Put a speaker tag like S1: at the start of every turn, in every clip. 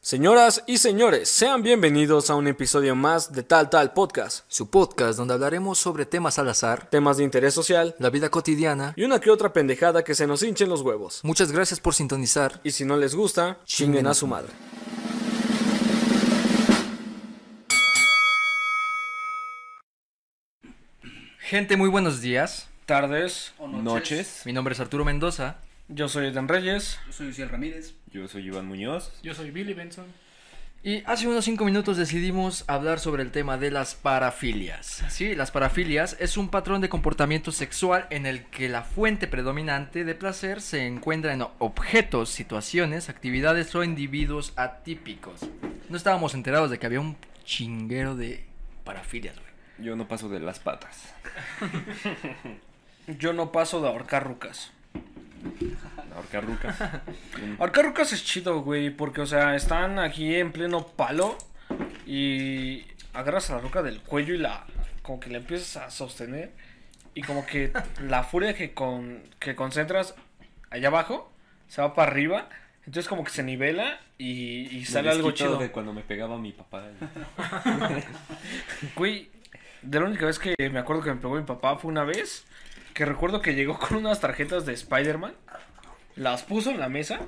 S1: Señoras y señores, sean bienvenidos a un episodio más de Tal Tal Podcast,
S2: su podcast donde hablaremos sobre temas al azar,
S1: temas de interés social
S2: la vida cotidiana.
S1: y una que otra pendejada que se nos hinchen los huevos.
S2: Muchas gracias por sintonizar.
S1: Y si no les gusta, chinguen a su madre.
S2: Gente, muy buenos días.
S1: Tardes,
S3: Noches.
S2: Mi nombre es Arturo Mendoza.
S1: yo soy Eden Reyes.
S3: Yo soy Luciel Ramírez.
S4: Yo soy Iván Muñoz.
S5: Yo soy Billy Benson.
S2: Y hace unos 5 minutos decidimos hablar sobre el tema de las parafilias. Sí, las parafilias es un patrón de comportamiento sexual en el que la fuente predominante de placer se encuentra en objetos, situaciones, actividades o individuos atípicos. No estábamos enterados de que había un chinguero de parafilias, güey.
S4: Yo no paso de las patas.
S1: Yo no paso de ahorcar rucas.
S4: La horca ruca. Mm.
S1: Ahorcar rucas es chido, güey, porque, o sea, están aquí en pleno palo y agarras a la ruca del cuello y la, como que la empiezas a sostener y como que la furia que, con, que concentras allá abajo se va para arriba, entonces como que se nivela y, y sale
S4: Me
S1: algo
S4: desquito
S1: chido.
S4: de cuando me pegaba mi papá.
S1: Güey, de la única vez que me acuerdo que me pegó mi papá fue una vez que recuerdo que llegó con unas tarjetas de Spider-Man, las puso en la mesa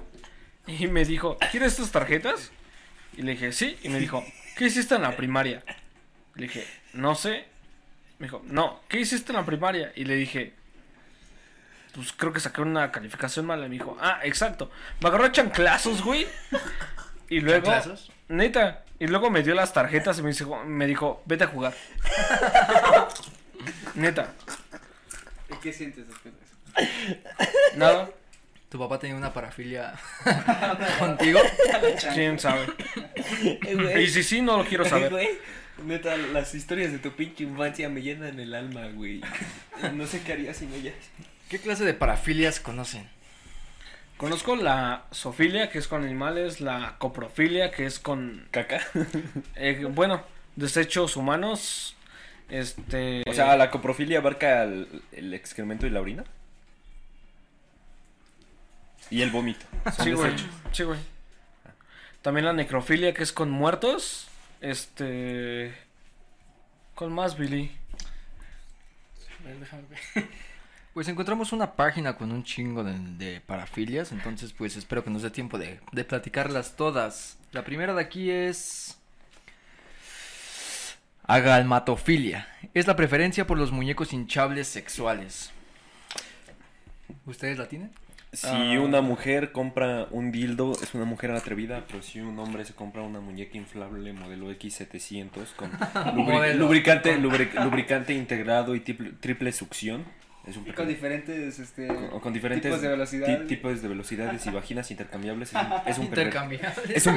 S1: y me dijo, ¿quieres estas tarjetas? Y le dije, sí, y me dijo, ¿qué hiciste en la primaria? Le dije, no sé. Me dijo, no, ¿qué hiciste en la primaria? Y le dije, pues creo que saqué una calificación mala. Y me dijo, ah, exacto. Me agarró a chanclazos, güey. Y luego,
S5: ¿Chanclazos?
S1: neta, y luego me dio las tarjetas y me dijo, me dijo vete a jugar. neta,
S3: ¿Qué sientes después de eso?
S1: nada,
S2: ¿Tu papá tenía una parafilia contigo?
S1: quién sabe. Y si sí, no lo quiero saber.
S4: Eh, Güey, neta, las historias de tu pinche infancia me llenan el alma, güey. No sé qué haría sin ellas.
S2: ¿Qué clase de parafilias conocen?
S1: Conozco la sofilia, que es con animales, la coprofilia, que es con,
S4: ¿Caca?
S1: eh, bueno, desechos humanos. Este.
S4: O sea, la coprofilia abarca el, el excremento y la orina. Y el vómito. Son
S1: Sí, güey.
S4: desechos.
S1: Sí, güey. También la necrofilia, que es con muertos. Este. Con más, Billy.
S5: A ver, déjame ver.
S2: Pues encontramos una página con un chingo de, de parafilias, entonces pues espero que nos dé tiempo de, de platicarlas todas. La primera de aquí es... Agalmatofilia. Es la preferencia por los muñecos hinchables sexuales. ¿Ustedes la tienen?
S4: Si
S1: Ah.
S4: una mujer compra un dildo, es una mujer atrevida, pero si un hombre se compra una muñeca inflable modelo X700 con lubri-
S2: Modelo.
S4: lubricante, lubri- lubricante integrado y triple, triple succión, es un
S3: Y con
S4: pequeño-
S3: diferentes, este,
S4: con- con diferentes
S3: tipos de
S4: ti-
S3: velocidad.
S4: tipos de velocidades y vaginas intercambiables, es un, es un perver-
S2: Intercambiables.
S4: es un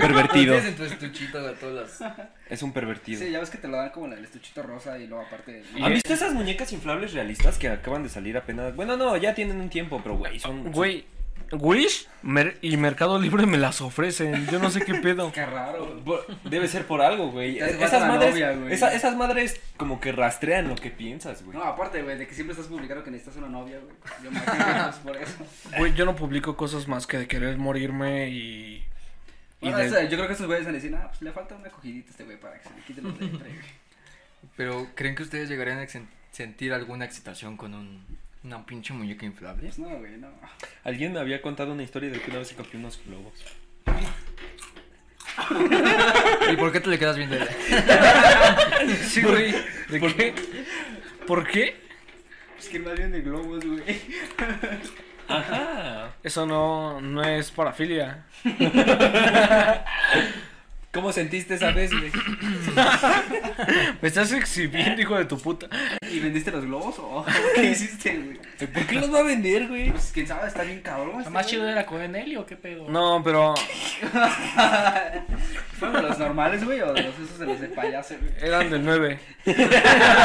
S4: pervertido.
S2: Los tienes en tu estuchito de todas las-
S4: es un pervertido.
S3: Sí, ya ves que te lo dan como en el estuchito rosa y luego aparte.
S1: Y-
S4: ¿Han visto esas muñecas inflables realistas que acaban de salir apenas? Bueno, no, ya tienen un tiempo, pero güey, son...
S1: Güey. Wish Mer- y Mercado Libre me las ofrecen. Yo no sé qué pedo.
S3: Qué raro.
S4: Por- Debe ser por algo, güey.
S3: Te hace
S4: Esas
S3: falta la
S4: madres,
S3: novia, güey.
S4: esa- esas madres como que rastrean lo que piensas, güey.
S3: No, aparte, güey, de que siempre estás publicando que necesitas una novia, güey. Yo me imagino que es por eso.
S1: Güey, yo no publico cosas más que de querer morirme y. y
S3: Bueno,
S1: de-
S3: o sea, yo creo que esos güeyes van a decir, ah, pues le falta una cogidita a este güey para que se le quite los de entre, güey.
S2: Pero ¿creen que ustedes llegarían a exen- sentir alguna excitación con un, una pinche muñeca inflable?
S3: Pues no, güey, no.
S4: Alguien me había contado una historia de que una vez se copió unos globos.
S2: ¿Y por qué te le quedas viendo?
S1: Sí, güey. ¿De qué? ¿Por qué?
S3: Pues que más bien de globos, güey.
S4: Ajá.
S1: Eso no, no es parafilia.
S4: ¿Cómo sentiste esa vez, güey?
S1: Me estás exhibiendo, hijo de tu puta.
S3: ¿Y vendiste los globos o qué hiciste, güey?
S4: ¿Por qué los va a vender, güey?
S3: Pues quién sabe, está bien cabrón.
S5: ¿La
S3: este
S5: más
S3: güey.
S5: chido era con Enelio o qué pedo?
S1: No, pero
S3: ¿Fueron de los normales, güey, o de los esos de los de payaso, güey?
S1: eran del 9.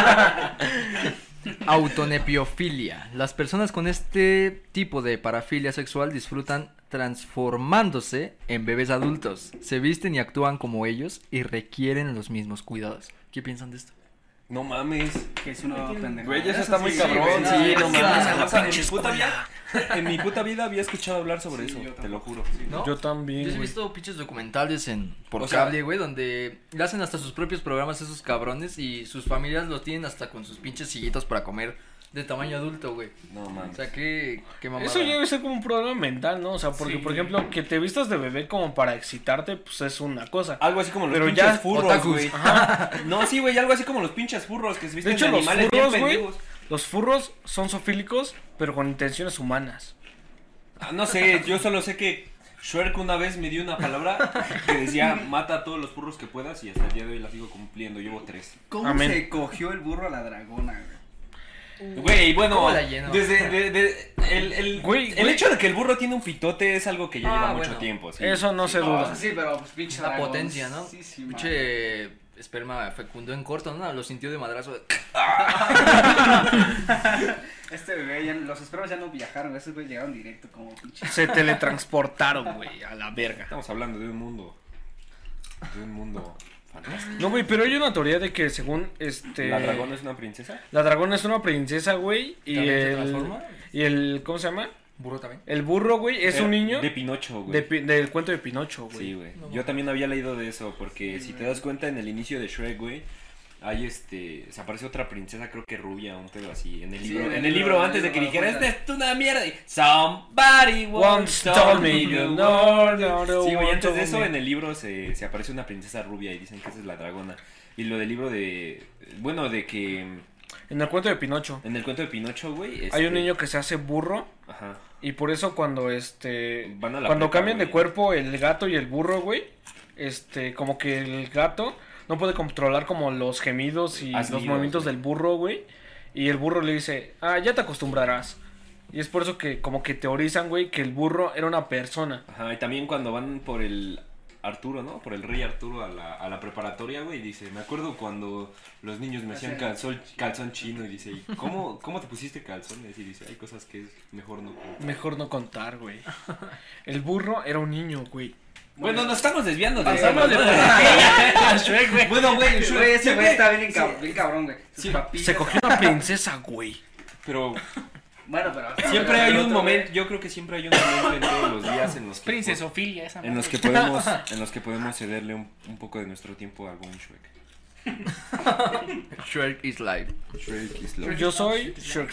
S2: Autonepiofilia. Las personas con este tipo de parafilia sexual disfrutan transformándose en bebés adultos. Se visten y actúan como ellos y requieren los mismos cuidados. ¿Qué piensan de esto?
S4: No mames.
S3: Que es una pendeja.
S4: Güey, eso está muy
S3: sí,
S4: cabrón.
S3: güey,
S4: Sí,
S3: no,
S4: no
S3: sí,
S4: mames.
S3: sí,
S4: o
S1: la
S4: sea,
S1: pinche
S4: en, mi puta vida, en mi puta vida había escuchado hablar sobre
S3: Sí, yo
S4: eso. Te lo juro.
S2: ¿No?
S1: Yo
S2: Yo
S1: también,
S2: sí he
S1: güey.
S2: visto pinches documentales en por
S4: O sea-
S2: cable, güey, donde le hacen hasta sus propios programas a esos cabrones y sus familias los tienen hasta con sus pinches sillitas para comer de tamaño adulto, güey.
S4: No
S2: O
S4: mames.
S2: sea, qué, qué mamada.
S1: Eso ya debe ser como un problema mental, ¿no? O sea, porque,
S5: Sí.
S1: por ejemplo, que te vistas de bebé como para excitarte, pues es una cosa.
S4: Algo así como los
S1: Pero
S4: pinches
S1: ya-
S4: furros,
S2: otakus.
S4: güey. No, sí, güey, algo así como los pinches furros que
S1: De
S4: se visten de,
S1: hecho, los
S4: animales bien
S1: furros, güey,
S4: pendejos.
S1: los furros son zoofílicos, pero con intenciones humanas.
S4: Ah, No sé, yo solo sé que Shrek una vez me dio una palabra que decía mata a todos los furros que puedas y hasta el día de hoy la sigo cumpliendo. Llevo tres.
S3: ¿Cómo
S1: Amén.
S3: se cogió el burro a la dragona, güey?
S4: Güey, bueno,
S2: ¿Cómo la lleno?
S4: desde de- de- el, el,
S1: Güey,
S4: el
S1: güey.
S4: hecho de que el burro tiene un pitote es algo que ya
S2: Ah,
S4: lleva
S2: bueno.
S4: mucho tiempo. ¿sí?
S1: Eso no se
S3: No,
S1: duda.
S3: sí, pero pues pinche
S2: La
S3: dragón,
S2: potencia, ¿no?
S3: Sí, sí, man.
S2: Pinche esperma fecundó en corto, ¿no? Lo sintió de madrazo.
S3: Este bebé, ya, los espermas ya no viajaron, esos güey llegaron directo como pinche.
S1: Se teletransportaron, güey, a la verga.
S4: Estamos hablando de un mundo. De un mundo fantástico.
S1: No, güey, pero hay una teoría de que según este.
S4: ¿La dragona es una princesa?
S1: La dragona es una princesa, güey. Y
S2: ¿También se
S1: el.
S2: transforma?
S1: Y el. ¿Cómo se llama?
S2: Burro también.
S1: El burro, güey, es
S4: Pero
S1: un niño
S4: Eh, De Pinocho, güey.
S1: de pi- del cuento de Pinocho, güey.
S4: Sí, güey. Yo también había leído de eso, porque si te das cuenta, en el inicio de Shrek, güey, hay este. Se aparece otra princesa, creo que rubia, un pedo así. En el
S3: Sí,
S4: libro, en el libro, antes de que
S3: lo
S4: dijera,
S3: cuentan.
S4: esta es una mierda. y, Somebody
S1: Once
S4: once
S1: told me you know, no, no,
S4: Sí, güey,
S1: one
S4: antes de
S1: told
S4: eso,
S1: me.
S4: en el libro se, se aparece una princesa rubia y dicen que esa es la dragona. Y lo del libro de. Bueno, de que.
S1: En el cuento de Pinocho.
S4: En el cuento de Pinocho, güey.
S1: Hay
S4: este,
S1: un niño que se hace burro.
S4: Ajá.
S1: Y por eso cuando este.
S4: Van a la
S1: cuando
S4: prepa,
S1: cambian de
S4: güey.
S1: cuerpo el gato y el burro, güey. Este, como que el gato no puede controlar como los gemidos y
S4: Hazlidos,
S1: los movimientos
S4: güey.
S1: del burro, güey. Y el burro le dice, ah, ya te acostumbrarás. Y es por eso que como que teorizan, güey, que el burro era una persona.
S4: Ajá, y también cuando van por el Arturo, ¿no? Por el rey Arturo a la, a la preparatoria, güey, dice, me acuerdo cuando los niños me hacían calzón, calzón chino y dice, "¿Y ¿cómo, ¿cómo te pusiste calzones? Y dice, hay cosas que es mejor no. contar".
S1: Mejor no contar, güey. El burro era un niño, güey.
S4: Bueno, nos estamos desviando de
S3: Pasamos de-
S4: Shrek, güey. Bueno, güey, Shrek,
S3: Güey, ese
S4: siempre-
S3: güey está bien, encab- bien cabrón, güey. Sus
S4: Sí,
S3: papillas.
S1: Se cogió una princesa, güey.
S4: Pero
S3: Bueno, pero.
S4: siempre hay
S3: pero
S4: un
S3: otro, güey.
S4: momento, yo creo que siempre hay un momento en todos los días en los que...
S5: Princesofilia, esa
S4: En los que podemos, en los que podemos cederle un, un poco de nuestro tiempo a algún Shrek.
S2: Shrek is life.
S4: Shrek is love.
S1: Yo soy Shrek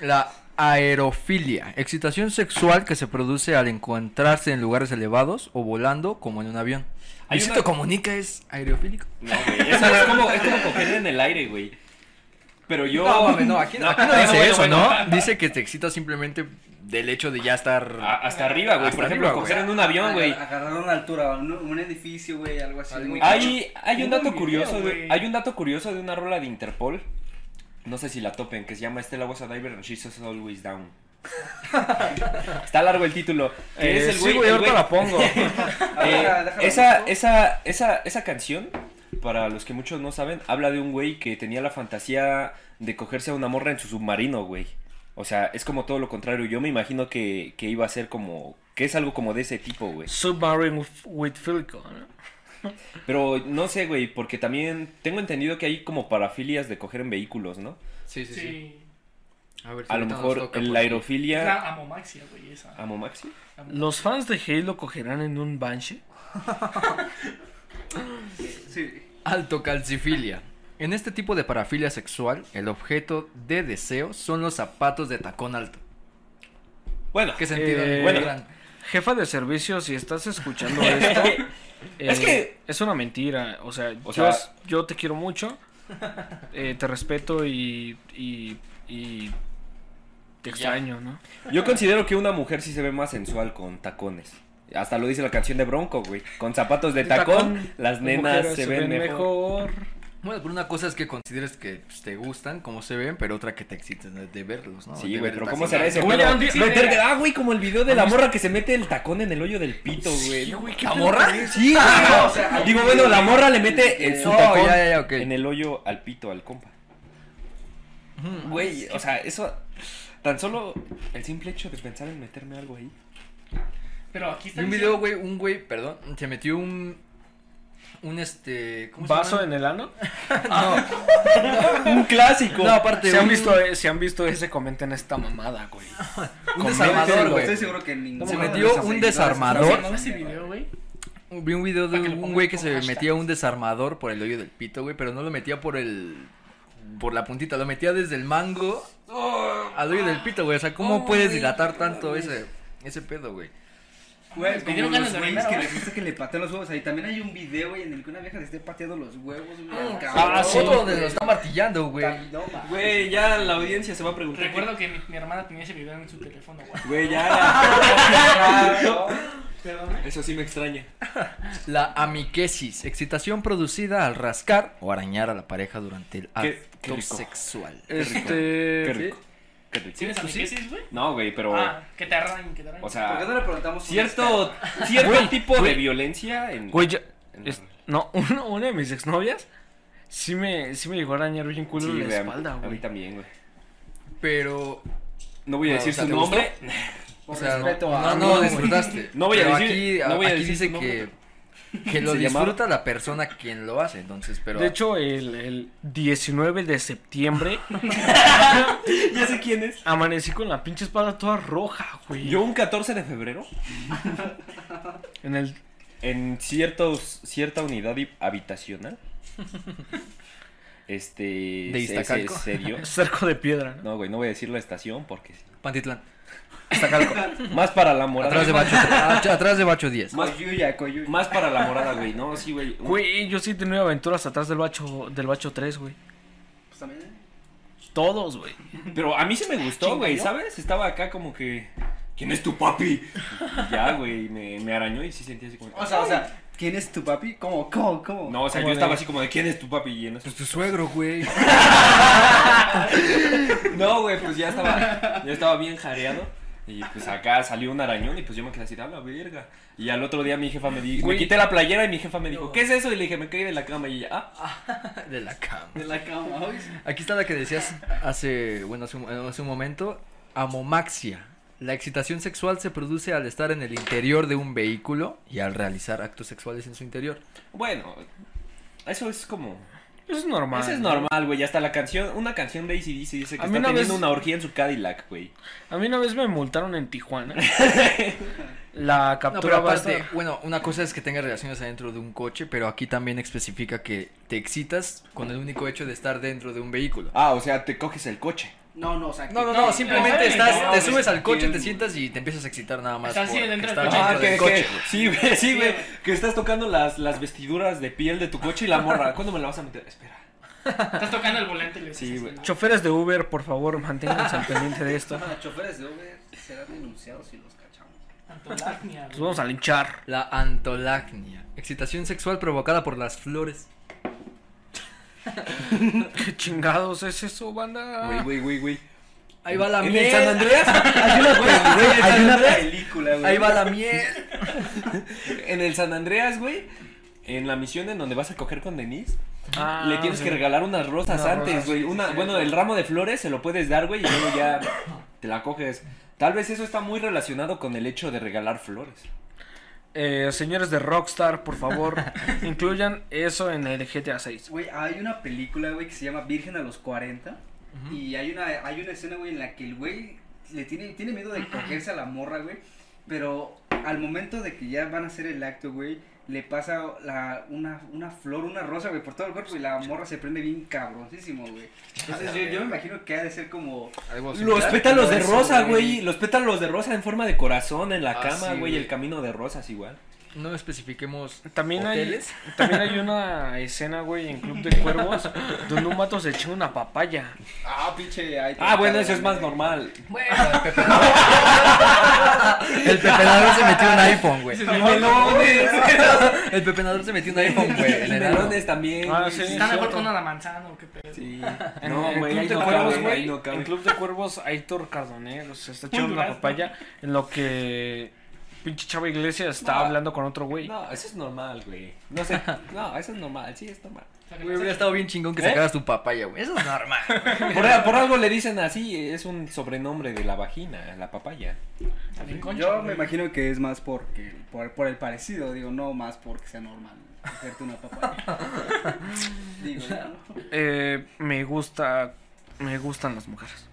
S2: La aerofilia, excitación sexual que se produce al encontrarse en lugares elevados o volando como en un avión.
S4: Hay
S2: Luisito
S4: una-
S2: Comunica es aerofílico.
S4: No, güey, eso es como, es como coger en el aire, güey. Pero yo.
S2: No, mames, no, aquí no, aquí no
S4: bueno,
S2: dice
S4: bueno,
S2: eso,
S4: bueno.
S2: ¿no? Dice que te excita simplemente del hecho de ya estar...
S4: A- hasta arriba, güey.
S2: Hasta
S4: Por ejemplo,
S2: arriba,
S4: coger
S2: güey.
S4: en un avión, güey.
S3: Agar- Agarrar una altura, un, un edificio, güey, algo así.
S2: Algo eh,
S3: muy-
S4: Hay, hay un
S5: Tengo
S4: dato
S5: un video,
S4: curioso, güey.
S5: güey.
S4: Hay un dato curioso de una rola de Interpol. No sé si la topen, que se llama Stella was a diver and she's always down. Está largo el título. que es el
S1: Eh, sí,
S4: güey-
S1: güey,
S4: el
S1: ahorita
S4: güey-
S1: la pongo.
S3: Ah,
S4: Eh,
S3: deja- déjalo
S4: esa,
S3: busco.
S4: esa, esa, esa canción, para los que muchos no saben, habla de un güey que tenía la fantasía de cogerse a una morra en su submarino, güey. O sea, es como todo lo contrario. Yo me imagino que, que iba a ser como... Que es algo como de ese tipo, güey.
S1: Submarine with- with Filico, ¿no?
S4: Pero no sé, güey, porque también tengo entendido que hay como parafilias de coger en vehículos, ¿no?
S2: Sí, sí, sí.
S5: Sí.
S2: A, ver si
S4: A lo
S2: ahorita nos
S4: mejor
S2: toca pues, por
S4: el
S2: aquí.
S5: Es
S4: aerofilia...
S5: la amomaxia, güey, esa.
S4: ¿Amo Maxi?
S5: Amomaxia.
S1: ¿Los fans de Halo cogerán en un Banshee?
S3: Sí.
S2: Alto calcifilia. En este tipo de parafilia sexual, el objeto de deseo son los zapatos de tacón alto.
S4: Bueno,
S2: ¿Qué sentido?
S1: Eh,
S4: bueno.
S2: Gran-
S1: Jefa de servicio, si estás escuchando esto,
S4: Es
S1: eh,
S4: que-
S1: es una mentira. O sea, yo,
S4: O sea-
S1: es- yo te quiero mucho, eh, te respeto y, y, y te extraño, ¿no?
S4: Yo considero que una mujer sí se ve más sensual con tacones. Hasta lo dice la canción de Bronco, güey. Con zapatos de tacón, las nenas
S1: mujeres
S4: se, ven mejor.
S2: Bueno, pero una cosa es que consideres que pues, te gustan, como se ven, pero otra que te excites de- de verlos, ¿no?
S4: Sí,
S2: De
S4: güey,
S2: ver
S4: pero
S2: el
S4: ¿cómo
S2: tacón
S4: será
S2: alto.
S4: ese
S1: Güey,
S4: pedo?
S1: Andy,
S4: Sí,
S1: mira.
S4: verga. Ah, güey, como el video de la morra que se mete el tacón en el hoyo del pito, güey.
S1: Sí,
S4: ¿no?
S1: güey, ¿qué
S2: ¿La
S1: pedo
S2: morra? Ah,
S1: con eso?
S4: Sí, güey,
S3: no,
S4: no.
S3: o sea,
S4: Digo,
S3: hay-
S4: bueno, la morra le mete eh, su
S2: Oh,
S4: tacón
S2: ya, ya, ya, ok.
S4: en el hoyo al pito, al compa.
S3: Mm, ah,
S2: Ujú.
S4: Güey, o sea, eso. Tan solo el simple hecho de pensar en meterme algo ahí.
S5: Pero aquí
S2: Vi
S5: está.
S2: un video, güey, un güey, perdón, se metió un un este. ¿cómo se
S1: ¿Vaso
S2: llama? Ah,
S1: en el ano?
S4: Un clásico.
S2: No, aparte,
S1: Si han,
S2: un-
S1: visto, eh, si han visto ese, comenten esta mamada, güey.
S2: un
S3: Estoy
S2: desarmador,
S3: Estoy
S2: güey.
S3: seguro que ninguno.
S2: Se
S3: de
S2: metió
S3: nuestros
S2: un
S3: seguidores
S2: desarmador.
S3: sabe
S5: ¿No ves ese video, güey?
S2: Vi un video de
S5: Para que lo
S2: un
S5: pongas
S2: güey que
S5: con
S2: se
S5: hashtags.
S2: metía un desarmador por el hoyo del pito, güey, pero no lo metía por el. por la puntita, lo metía desde el mango al hoyo del pito, güey. O sea, ¿cómo
S5: Oh,
S2: puedes
S5: güey,
S2: dilatar tanto ese, ese pedo, güey?
S3: Güey,
S5: Me dieron
S3: como
S5: ganas
S3: los
S5: de
S3: güeyes
S5: orinar,
S3: que
S5: güey.
S3: les gusta que le pateen los huevos. Ahí también hay un video, güey, en el que una vieja le esté pateando los huevos, güey. al cabrón.
S1: Ah, sí.
S2: Otro donde lo está martillando, güey.
S3: No, ma.
S4: Güey, ya la audiencia se va a preguntar.
S5: Recuerdo que mi, mi hermana tenía ese video en su teléfono, güey.
S4: Güey, ya la...
S5: Perdón.
S4: Eso sí me extraña.
S2: La amiquesis, excitación producida al rascar o arañar a la pareja durante el
S4: Qué- qué
S2: acto
S4: rico.
S2: sexual. Eh,
S1: Este.
S4: Qué rico. Qué rico. Pues
S5: ¿Tienes amiquesis, güey?
S4: No, güey, pero...
S5: Ah, que te arranquen, que te
S4: O
S5: arranquen.
S3: ¿Por qué no
S4: sea,
S3: le preguntamos? a un
S4: cierto,
S3: experto?
S4: cierto
S1: Güey,
S4: tipo
S1: güey.
S4: de violencia en...
S1: Güey, ya-
S4: en-
S1: es- no, una, una de mis exnovias sí me, sí me llegó a arañar bien culo
S4: Sí,
S1: en la
S4: güey, a mí-
S1: espalda,
S4: A mí
S1: güey.
S4: también, güey.
S2: Pero,
S4: No voy a
S2: Ah,
S4: decir
S2: o sea,
S4: su
S2: ¿te gustó?
S4: nombre.
S2: o
S3: Por
S2: sea,
S3: respeto
S2: no,
S3: a-
S2: no lo disfrutaste.
S4: No voy a
S2: Pero
S4: decir-
S2: Aquí,
S4: no voy a
S2: aquí
S4: decir
S2: dice
S4: su
S2: que,
S4: nombre.
S2: que lo
S4: Se llamaba-
S2: disfruta la persona quien lo hace, entonces, pero.
S1: De hecho, el, el 19 de septiembre
S4: Ya sé quién es.
S1: amanecí con la pinche espada toda roja, güey.
S4: Yo un 14 de febrero,
S1: En el.
S4: en ciertos, cierta unidad hab- habitacional, este...
S2: De
S4: se- se,
S2: Iztacalco.
S4: se dio-
S1: cerco de piedra, ¿no?
S4: No, güey, no voy a decir la estación porque...
S2: Pantitlán.
S4: Más para la morada.
S2: Atrás de Bacho, at- atrás de Bacho 10.
S4: más-
S3: Coyuya, coyuya.
S4: Más para la morada, güey. No, sí, güey. Un-
S1: Güey, yo sí he tenido aventuras atrás del bacho, del bacho 3, güey.
S3: Pues también, ¿eh?
S1: Todos, güey.
S4: Pero a mí se me gustó, güey,
S5: Chingañó.
S4: ¿sabes? Estaba acá como que. ¿Quién es tu papi? Y ya, güey, me, me arañó y sí sentí así como.
S3: O sea, o sea, ¿quién es tu papi? ¿Cómo, cómo, cómo?
S4: No, o sea, yo
S1: como
S4: estaba
S1: de-
S4: así como de ¿quién es tu papi? Y en eso-
S2: Pues tu suegro, güey.
S4: No, güey, pues ya estaba, ya estaba bien jareado. Y pues acá salió un arañón y pues yo me quedé así, a la verga. Y al otro día mi jefa me dijo, me
S1: Güey.
S4: quité la playera y mi jefa me dijo, ¿qué es eso? Y le dije, me caí de la cama y ella, ah,
S2: De la cama.
S3: De la cama, güey.
S2: Aquí está la que decías hace, bueno, hace un, hace un momento, amomaxia. La excitación sexual se produce al estar en el interior de un vehículo y al realizar actos sexuales en su interior.
S4: bueno, eso es como.
S1: Eso es normal.
S4: Eso es normal, güey. Hasta la canción, una canción de ACDC dice que
S1: A
S4: está
S1: mí una
S4: teniendo
S1: vez-
S4: una orgía en su Cadillac, güey.
S1: A mí una vez me multaron en Tijuana. la
S2: No,
S1: captura
S2: pero
S1: va a
S2: aparte,
S1: estar-
S2: bueno, una cosa es que tengas relaciones adentro de un coche, pero aquí también especifica que te excitas con el único hecho de estar dentro de un vehículo.
S4: Ah, o sea, te coges el coche.
S3: No, no, o sea,
S2: No, no,
S3: que-
S2: no, simplemente
S5: no,
S2: estás,
S5: no,
S2: te
S5: no,
S2: subes al coche,
S3: ¿quién?
S2: te sientas y te empiezas a excitar nada más.
S5: Estás así
S2: porque
S5: dentro del
S2: estás
S5: coche.
S4: Ah,
S2: dentro
S4: que,
S2: del coche.
S4: que- sí, güey, sí, güey.
S5: güey.
S4: Que estás tocando las, las vestiduras de piel de tu coche y la morra. ¿Cuándo me la vas a meter? Espera.
S5: Estás tocando el volante y le
S4: Sí,
S5: dices,
S4: güey.
S5: no.
S1: Choferes de Uber, por favor, manténganse al pendiente de esto.
S3: Los choferes de Uber serán denunciados si los cachamos.
S5: Antolacnia, güey.
S1: Nos Pues vamos a linchar.
S2: La antolacnia, excitación sexual provocada por las flores.
S1: ¿Qué chingados es eso, banda?
S4: Güey, güey, güey, güey.
S2: Ahí va la
S4: ¿En
S2: miel.
S4: el San Andreas? Hay una- güey, en el San Andreas-
S3: película, güey.
S2: Ahí va la miel.
S4: En el San Andreas, güey. En la misión en donde vas a coger con Denise,
S1: Ah,
S4: le tienes
S1: sí.
S4: que regalar unas rosas
S1: Unas
S4: antes,
S1: rosas,
S4: güey. Una, bueno, el ramo de flores se lo puedes dar, güey, y luego ya te la coges. Tal vez eso está muy relacionado con el hecho de regalar flores.
S1: Eh, señores de Rockstar, por favor, incluyan eso en el GTA 6.
S3: Güey, hay una película, güey, que se llama Virgen a los 40. Y hay una, hay una escena, güey, en la que el güey le tiene, tiene miedo de cogerse a la morra, güey. Pero al momento de que ya van a hacer el acto, güey, le pasa la, una, una flor, una rosa, güey, por todo el cuerpo. Y la morra se prende bien cabroncísimo, güey. Entonces yo, yo me imagino que ha de ser como...
S4: Los pétalos de
S3: Eso,
S4: rosa,
S3: güey.
S4: güey. Los pétalos de rosa en forma de corazón en la
S2: Ah,
S4: cama,
S2: sí,
S4: güey.
S2: güey.
S4: El camino de rosas igual.
S2: No especifiquemos.
S1: También hay,
S2: hoteles.
S1: también hay una escena, güey, en Club de Cuervos, donde un mato se echó una papaya.
S3: Ah, pinche... ahí te
S4: Ah, bueno, eso
S3: encargo,
S4: es
S3: güey.
S4: más normal.
S2: Bueno, el Pepe El pepenador se metió un iPhone, güey.
S4: Melones.
S2: El pepenador se metió un iPhone, güey. El enano.
S4: Melones también.
S1: Ah,
S4: güey.
S1: sí.
S5: Está mejor
S1: cierto.
S5: con una manzana o qué pedo.
S4: Sí.
S1: En,
S4: No,
S1: en
S4: güey,
S1: Club
S4: ahí
S1: de
S4: no
S1: Cuervos,
S4: cabe,
S1: güey,
S4: ahí no cabe.
S1: en Club de Cuervos, Aitor Cardonero se está echando una
S5: durazno.
S1: papaya en lo que pinche Chava Iglesias está
S4: No.
S1: hablando con otro güey.
S4: No, eso es normal, güey. No sé. No, eso es normal, sí, es normal.
S5: O sea, que
S2: Güey,
S5: no
S2: hubiera
S5: sé-
S2: estado bien chingón que
S4: ¿Eh?
S2: sacaras tu papaya, güey. Eso es normal.
S4: Por, por algo le dicen así, es un sobrenombre de la vagina, la papaya.
S5: También concha,
S3: Yo me
S5: güey.
S3: imagino que es más porque, por, por el parecido, digo, no más porque sea normal. güey. cogerte una papaya. Digo, ya, ¿no?
S1: Eh, me gusta. Me gustan las mujeres.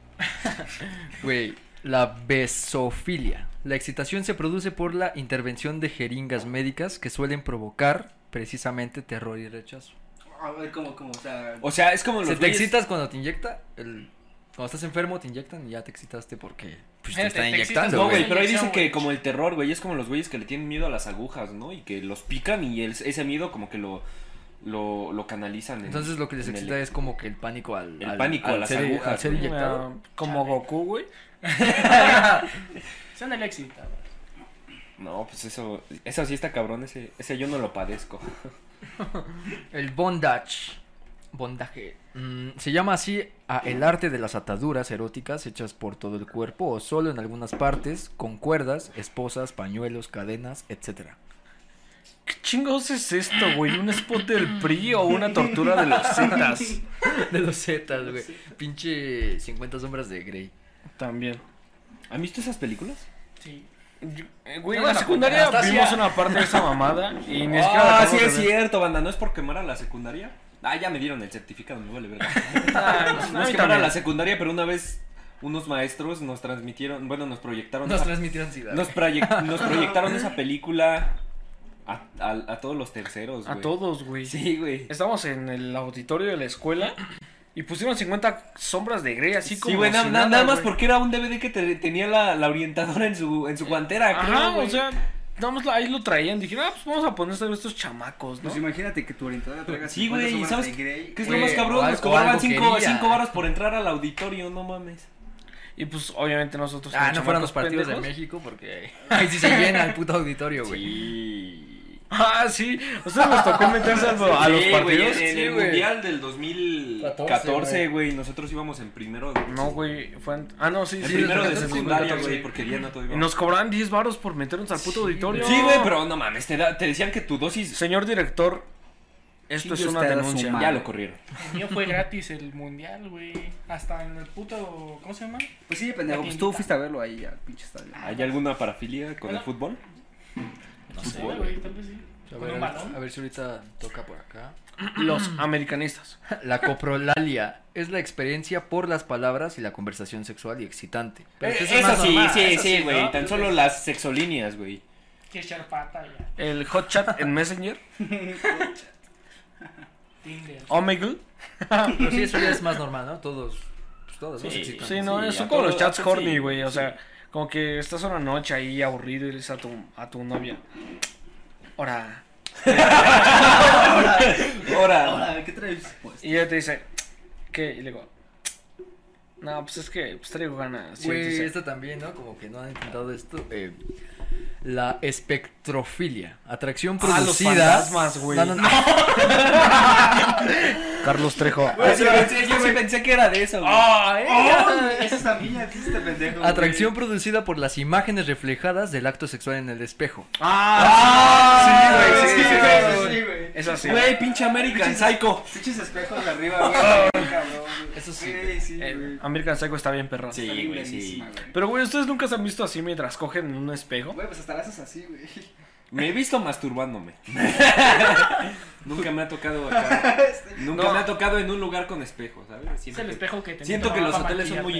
S2: Güey, la besofilia. La excitación se produce por la intervención de jeringas médicas que suelen provocar precisamente terror y rechazo.
S3: A ver, como, como, o sea.
S4: O sea, es como los
S2: ¿Se te
S4: güeyes-
S2: excitas cuando te inyecta? El- Cuando estás enfermo te inyectan y ya te excitaste porque pues, te
S5: Fíjate,
S2: están
S5: te excitas,
S2: inyectando,
S4: No,
S5: güey.
S4: güey, pero ahí dicen
S5: Inyección,
S4: que
S5: güey.
S4: como el terror, güey, es como los güeyes que le tienen miedo a las agujas, ¿no? Y que los pican y el- ese miedo como que lo, lo, lo canalizan. en-
S2: Entonces lo que les
S4: en el-
S2: excita es como que el pánico al,
S4: El
S2: al-
S4: pánico a
S2: al
S4: las
S2: ser,
S4: agujas,
S2: al ser
S4: ¿no?
S2: inyectado.
S1: Ah, como Goku, güey.
S5: Son el éxito.
S4: No, pues eso, eso sí está cabrón, ese, ese yo no lo padezco.
S2: El bondage. Bondaje. Mm, se llama así a el arte de las ataduras eróticas hechas por todo el cuerpo o solo en algunas partes, con cuerdas, esposas, pañuelos, cadenas, etcétera.
S1: ¿Qué chingados es esto, güey? ¿Un spot del PRI o una tortura de los Zetas?
S2: De los Zetas, güey. Pinche 50 sombras de Grey.
S1: También.
S4: ¿Han visto esas películas?
S5: Sí.
S1: Yo- eh, Güey, en
S2: Bueno,
S1: la secundaria
S2: Anastasia.
S1: vimos una parte de esa mamada y ni siquiera la
S4: Ah, sí
S1: acabamos
S4: es
S1: de ver.
S4: cierto, banda, ¿no es por quemar a la secundaria? Ah, ya me dieron el certificado, me vale verga.
S1: Ah,
S4: No
S1: a
S4: es
S1: mí
S4: quemar a
S1: también.
S4: la secundaria, pero una vez unos maestros nos transmitieron, bueno, nos proyectaron...
S2: Nos transmitieron ansiedad.
S4: nos, proyec- nos proyectaron esa película a, a- a todos los terceros, güey.
S1: A todos, güey.
S4: Sí, güey.
S1: Estamos en el auditorio de la escuela y pusieron 50 sombras de Grey así como
S4: sí, güey, na-
S1: si
S4: na- nada más
S1: güey.
S4: porque era un DVD que te- tenía la, la orientadora en su, en su guantera, creo,
S1: Ajá,
S4: güey.
S1: o sea, nada más la- ahí lo traían. Dije, ah, pues vamos a poner a estos chamacos, ¿no?
S3: Pues imagínate que tu orientadora traiga
S4: Sí, güey, ¿y
S3: 50
S4: sabes
S3: sombras de Grey.
S4: qué es lo
S2: güey,
S4: más
S2: eh, o
S4: cabrón?
S2: algo-
S4: Nos cobraban
S2: algo
S4: 5
S2: quería.
S4: baros por entrar al auditorio, no mames.
S1: Y pues obviamente nosotros...
S2: Ah,
S1: como
S2: no fueron
S1: chamacos
S2: los partidos de
S1: pendejos.
S2: México porque ahí sí se llena el puto auditorio, güey.
S4: Sí.
S1: Ah, sí. O sea, nos tocó meterse a, lo- a los
S4: Sí, güey,
S1: partidos.
S4: en el
S2: sí, güey.
S4: mundial del 2014, güey, nosotros íbamos en primero.
S1: No, güey, fue... en- Ah, no, sí,
S4: En
S1: sí.
S4: primero de
S1: 2014,
S4: secundaria,
S1: 2014.
S4: güey, porque ya no todo
S1: Y
S4: íbamos.
S1: nos cobraban 10 varos por meternos al puto auditorio.
S4: Sí, güey, pero no mames, te, da- te decían que tu dosis.
S1: Señor director, esto
S3: Chingue
S1: es una
S3: usted a su
S1: denuncia.
S3: madre.
S4: Ya lo corrieron.
S5: El mío fue gratis el mundial, güey. Hasta en el puto. ¿Cómo se llama?
S3: Pues sí, pendejo, pues tú fuiste a verlo ahí al pinche estadio.
S4: ¿Hay alguna parafilia con el fútbol?
S5: No sé,
S4: Fútbol,
S5: güey. Tal vez sí.
S2: A
S5: Con
S2: ver,
S5: un
S2: a ver- a
S5: balón.
S2: ver si ahorita toca por acá.
S1: Los americanistas.
S2: La coprolalia es la experiencia por las palabras y la conversación sexual y excitante. Pero
S4: Eh,
S2: eso es
S4: Esa
S2: más
S4: sí,
S2: normal.
S4: sí,
S5: esa
S4: sí,
S5: sí,
S4: güey.
S5: ¿no?
S4: Tan solo las sexolíneas, güey.
S5: Que echar pata ya.
S1: El hot chat en Messenger.
S5: Tinder.
S1: Omegle.
S2: Pero sí, eso ya es más normal, ¿no? Todos, pues todos nos
S4: Sí,
S2: excitamos.
S1: Sí, no,
S4: Ah, Sí,
S1: son
S4: a
S1: como los
S4: todo-
S1: chats
S4: sí,
S1: horny, güey. O
S4: sí.
S1: sea, como que estás una noche ahí aburrido y le dices a tu, a tu novia. Ahora.
S4: Ahora.
S3: Ahora, ¿qué traes? Pues
S1: Y ella te dice, ¿qué? Y le digo, no, pues es que pues traigo ganas. Y
S2: Güey,
S1: él dice,
S2: esta también, ¿no? Como que no han intentado esto. eh, la espectrofilia, atracción
S1: Ah, los
S2: producida.
S1: fantasmas, güey.
S2: No, no, no.
S1: Carlos
S3: Ah,
S1: Trejo.
S4: Yo sí pensé, yo sí pensé que era de eso, güey.
S3: eh, Esa es la mía, ese es este pendejo. güey.
S2: Atracción producida por las imágenes reflejadas del acto sexual en el espejo.
S1: Ah, sí,
S3: Ah,
S1: güey, sí, sí,
S3: güey,
S1: sí,
S3: sí,
S1: sí.
S3: sí, güey.
S1: Es así.
S4: Güey, pinche American Psycho.
S3: Pinches espejos de arriba, güey. cabrón, güey.
S2: Eso sí.
S3: Güey, Ah. sí,
S1: Eh,
S3: güey.
S1: American Psycho está bien perro.
S4: Sí,
S3: Está
S4: güey, sí.
S3: lindísima, güey.
S1: Pero, güey, ¿ustedes nunca se han visto así mientras cogen en un espejo?
S3: Güey, pues hasta la haces así, güey.
S4: Me he visto masturbándome. Nunca me ha tocado acá. Nunca
S1: No.
S4: me ha tocado en un lugar con espejo, ¿sabes?
S5: Es
S4: Siento
S5: el
S4: que-
S5: espejo que te
S4: Siento que los hoteles son muy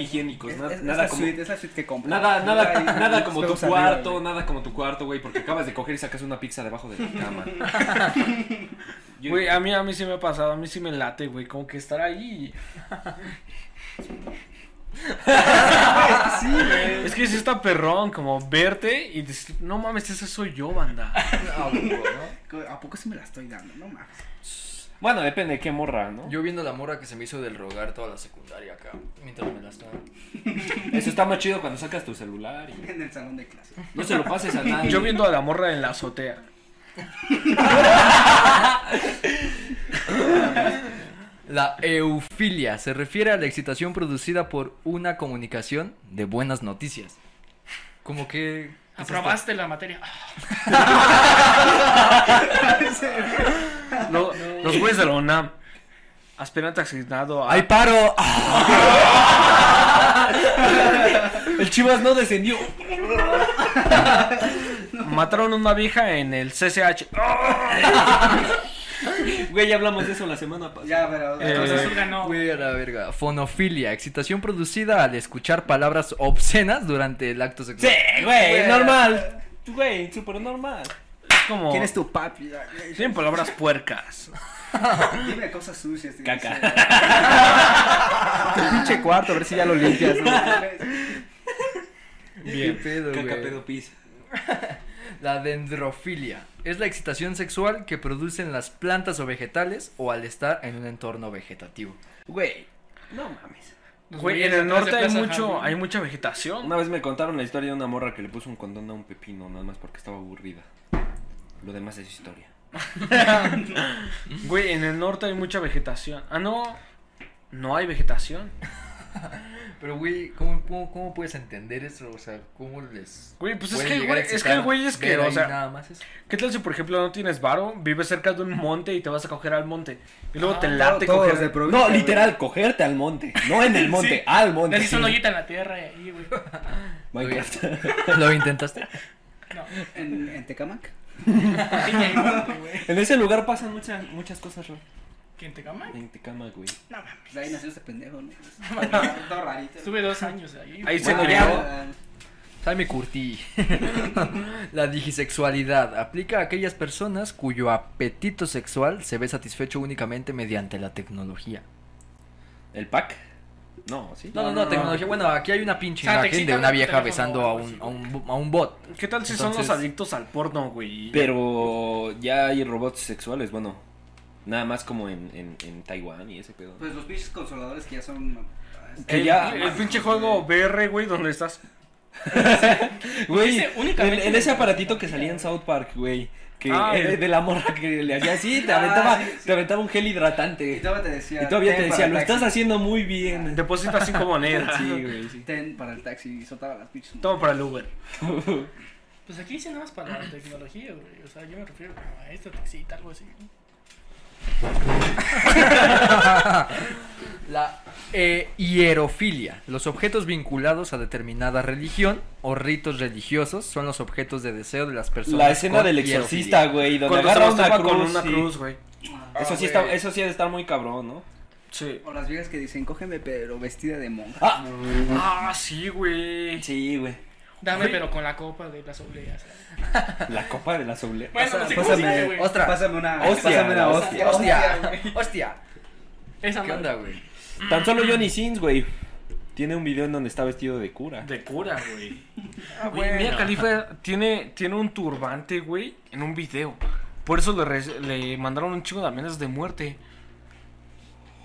S4: higiénicos.
S5: higiénicos.
S3: Es-
S4: Pues na-
S3: es-
S4: nada
S3: es la
S4: como.
S3: suite, es la suite que compras.
S4: Nada, nada,
S3: Ahí,
S4: nada como tu
S3: espejos arriba,
S4: cuarto,
S3: güey.
S4: nada como tu cuarto, güey, porque acabas de coger y sacas una pizza debajo de la cama. Yo-
S1: Güey, a mí, a mí sí me ha pasado, a mí sí me late, güey, como que estar ahí.
S3: Ah, Sí, güey.
S1: Es que sí está perrón, como verte y decir, no mames, ese soy yo, banda.
S3: ¿A poco sí me la estoy dando? No mames.
S4: Bueno, depende de qué morra, ¿no?
S2: Yo viendo la mora que se me hizo del rogar toda la secundaria acá, mientras me la estaba.
S4: Eso está más chido cuando sacas tu celular y
S3: En el salón de clase.
S4: no se lo pases a nadie.
S1: Yo viendo a la morra en la azotea.
S2: La eufilia se refiere a la excitación producida por una comunicación de buenas noticias. Como que. ¿qué es esto?
S5: Aprobaste la materia. Ah,
S1: Lo- Los güeyes de la UNAM. Aspirante asignado a...
S2: ¡Hay paro!
S4: El Chivas no descendió.
S1: Mataron a una vieja en el CCH.
S4: Güey, ya hablamos de eso la semana pasada.
S3: Ya, pero.
S1: Eh,
S5: Cruz Azul ganó.
S2: Güey, a la verga. Fonofilia, excitación producida al escuchar palabras obscenas durante el acto
S4: Sí,
S2: sexual.
S4: güey, normal. Güey, súper normal.
S1: Es como.
S3: ¿Quién es tu papi?
S1: Tienen palabras puercas.
S3: Dime cosas sucias. tío.
S4: Caca.
S6: Tu pinche cuarto, a ver si ya lo limpias. ¿no?
S2: Qué
S1: Bien.
S2: pedo,
S4: Caca,
S2: güey.
S4: pedo, pis.
S2: La dendrofilia es la excitación sexual que producen las plantas o vegetales o al estar en un entorno vegetativo.
S4: Güey, no mames.
S5: Los
S1: Güey,
S5: güeyes
S1: en el
S5: detrás de
S1: norte hay
S5: Plaza
S1: mucho,
S5: Jardín.
S1: hay mucha vegetación.
S4: Una vez me contaron la historia de una morra que le puso un condón a un pepino, nada más porque estaba aburrida. Lo demás es historia.
S1: Güey, en el norte hay mucha vegetación. Ah, no. No hay vegetación.
S2: Pero, güey, ¿cómo, cómo, cómo puedes entender eso? O sea, ¿cómo les.
S1: Güey, pues es
S2: puede
S1: que,
S2: llegar a
S1: güey, es que
S2: excitar
S1: el güey es que,
S2: ver
S1: o
S2: ahí
S1: sea,
S2: nada más eso?
S1: ¿qué tal si, por ejemplo, no tienes varo, vives cerca de un monte y te vas a coger al monte? Y luego
S5: Ah,
S1: te
S3: Todo-
S1: late
S3: todos
S1: coger
S3: los de provincia.
S4: No,
S3: güey.
S4: literal, cogerte al monte. No en el monte,
S5: Sí.
S4: al monte.
S5: Les hizo una
S4: Sí.
S5: hoyita en la tierra y ahí, güey.
S4: Minecraft.
S2: ¿Lo intentaste?
S5: No.
S3: ¿En, en Tecamac?
S5: en el monte, güey.
S4: En ese lugar pasan muchas, muchas cosas, raras.
S5: ¿Quién te cama?
S4: En Tecama, güey.
S5: No mames.
S3: Pues ahí nació ese pendejo, ¿no? Todo rarito.
S5: Estuve dos años ahí.
S1: Ahí se
S4: Bueno,
S1: creó.
S3: ya.
S2: Ay, me curtí. la digisexualidad aplica a aquellas personas cuyo apetito sexual se ve satisfecho únicamente mediante la tecnología.
S4: ¿El pack? No, sí.
S2: No, no, no, tecnología. Bueno, aquí hay una pinche
S5: O sea, te
S2: imagen de
S5: excitan
S2: una
S5: con tu
S2: vieja
S5: teléfono
S2: besando
S5: o
S2: a
S5: algo
S2: un,
S5: así,
S2: a un, bo- a un bot.
S1: ¿Qué tal si son
S2: Entonces-
S1: los adictos al porno, güey?
S4: Pero ya hay robots sexuales, bueno. Nada más como en, en, en Taiwán y ese pedo.
S3: Pues los pinches consoladores que ya son. eh,
S4: Que
S1: el,
S4: ya-
S1: el pinche juego VR, güey, donde estás.
S4: Güey,
S5: Dice
S4: en,
S5: únicamente
S4: en
S5: en
S4: ese
S5: el-
S4: aparatito que salía en South Park, güey. Que
S1: Ah,
S4: era
S2: eh.
S1: el-
S4: de la morra que le hacía así, te
S3: Ah,
S4: aventaba,
S3: sí, sí.
S4: te aventaba un gel
S3: Y
S4: hidratante.
S3: todavía te decía.
S4: Y todavía te
S3: "Ten
S4: decía,
S3: para
S4: lo
S3: el
S4: estás
S3: taxi".
S4: haciendo muy bien.
S1: Deposita cinco monedas.
S4: Sí, güey, sí.
S3: Ten para el taxi y soltaba las pinches.
S1: Todo para el Uber.
S5: Pues aquí dicen nada más para la tecnología, güey. O sea, yo me refiero como a esto, te excita, algo así.
S2: La eh, hierofilia. Los objetos vinculados a determinada religión o ritos religiosos son los objetos de deseo de las personas.
S4: La escena
S2: con
S4: del exorcista,
S2: hierofilia.
S4: güey, donde
S1: Cuando se
S4: agarra una
S1: masturba
S4: cruz.
S1: con una
S4: sí.
S1: cruz, güey.
S4: Eso, sí
S2: Ah,
S4: está,
S2: güey.
S4: eso sí ha de estar muy cabrón, ¿no?
S1: Sí.
S3: O las viejas que dicen, cógeme, pero vestida de monja.
S4: Ah,
S1: Ah, sí, güey.
S4: sí, güey.
S5: Dame,
S1: Güey.
S5: pero con la copa de las obleas. ¿sabes?
S4: La copa de la oble...
S5: Bueno, pues,
S2: Pasa-
S5: no sé cómo se dice,
S2: Pásame
S5: güey.
S2: otra.
S3: Pásame una.
S4: Hostia,
S3: pásame una
S4: güey.
S3: hostia.
S2: Hostia, hostia.
S5: Esa
S2: ¿Qué
S5: madre.
S2: onda, güey?
S4: Tan solo Johnny Sins, güey. Tiene un video en donde está vestido de cura.
S1: De cura, güey. Güey, Mira, Califa tiene, tiene un turbante, güey, en un video. Por eso le, re- le mandaron un chingo de amenazas de muerte.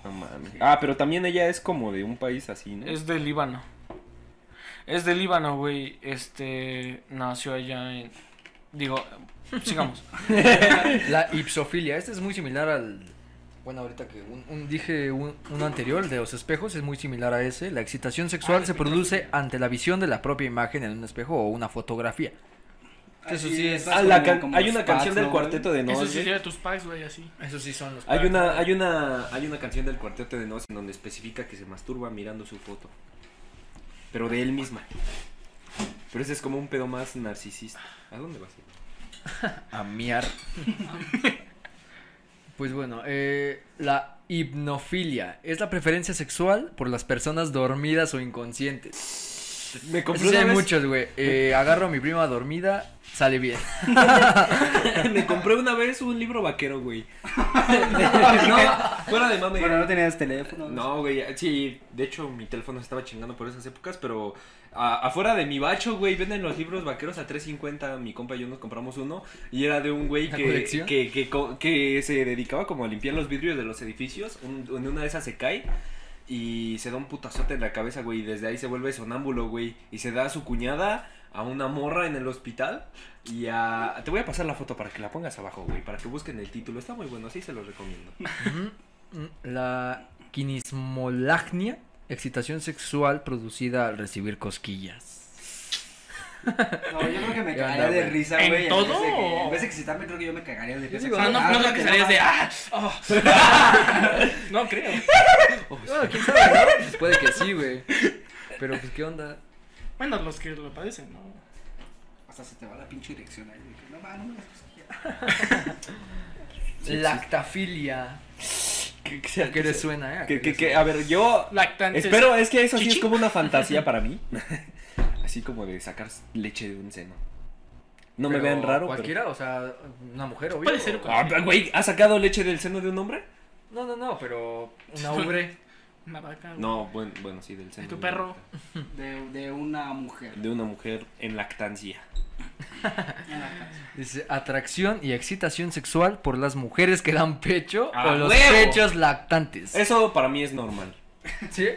S4: No mames. Ah, pero también ella es como de un país así, ¿no?
S1: Es del Líbano. Es del Líbano, güey. Este nació allá en. Digo, sigamos.
S2: La ipsofilia, este es muy similar al... Bueno, ahorita que un- un- dije un- uno anterior, el de los espejos, es muy similar a ese. La excitación sexual se produce ante la visión de la propia imagen en un espejo o una fotografía.
S3: Eso
S2: sí es-
S4: Ah, la can- hay una canción del cuarteto de
S5: Eso
S4: Nos.
S5: sí
S4: güey.
S5: lleva tus packs, güey, así.
S2: Eso sí son los...
S4: Hay una, hay una, hay una canción del cuarteto de Nos en donde especifica que se masturba mirando su foto. Pero de él misma. Pero ese es como un pedo más narcisista. ¿A dónde vas?
S2: A miar. Pues bueno, eh, la hipnofilia es la preferencia sexual por las personas dormidas o inconscientes.
S4: Me
S2: Eso sí hay muchos, güey. Eh, agarro a mi prima dormida, sale bien.
S4: Me compré una vez un libro vaquero, güey. No, fuera de mame.
S3: Bueno, no tenías teléfono.
S4: No, güey, sí, de hecho mi teléfono se estaba chingando por esas épocas, pero a- afuera de mi bacho, güey, venden los libros vaqueros a 3.50, mi compa y yo nos compramos uno, y era de un güey
S2: ¿La
S4: que,
S2: colección?
S4: que, que co- que se dedicaba como a limpiar los vidrios de los edificios, un- en una de esas se cae y se da un putazote en la cabeza, güey, y desde ahí se vuelve sonámbulo, güey, y se da a su cuñada, a una morra en el hospital, y a... Te voy a pasar la foto para que la pongas abajo, güey, para que busquen el título, está muy bueno, así se los recomiendo.
S2: Mm, La quinismolagnia, excitación sexual producida al recibir cosquillas.
S3: No, yo creo que me
S2: ¿Qué
S3: cagaría
S2: onda,
S3: de
S2: güey?
S3: risa,
S5: ¿En
S3: güey. vez
S5: todo?
S3: de que- En vez de excitarme, creo que yo me cagaría de risa.
S5: O sea, no, no creo que salías de. ¡Ah! oh". no creo.
S2: Bueno, quién sabe, ¿no? Pues puede que sí, güey. Pero pues qué onda.
S5: Bueno, los que lo padecen, ¿no?
S3: hasta se te va la pinche dirección ahí. de que, No, mames, pues, no me las cosquillas.
S2: Lactafilia.
S4: ¿Qué,
S2: ¿A qué le suena, eh? ¿A
S4: que-
S2: qué le
S4: que- que- a ver, yo
S5: Lactantes.
S4: espero, es que eso sí es
S5: Chichi.
S4: como una fantasía para mí. Así como de sacar leche de un seno. No me
S2: Pero
S4: vean raro. pero-
S2: Cualquiera, o sea, una mujer, obvio.
S5: Puede ser cual-
S4: Ah, pero, güey, ¿ha sacado leche del seno de un hombre?
S2: No, no, no, pero una ubre.
S5: Una vaca. güey.
S4: No, bueno, bueno sí, del seno.
S5: ¿Y tu
S4: de
S5: perro?
S3: De, de una mujer.
S4: De una mujer en lactancia.
S3: En la casa.
S2: Dice, atracción y excitación sexual por las mujeres que dan pecho
S4: ¡A
S2: o los
S4: Ah, huevo!
S2: pechos lactantes.
S4: Eso para mí es normal.
S2: ¿Sí?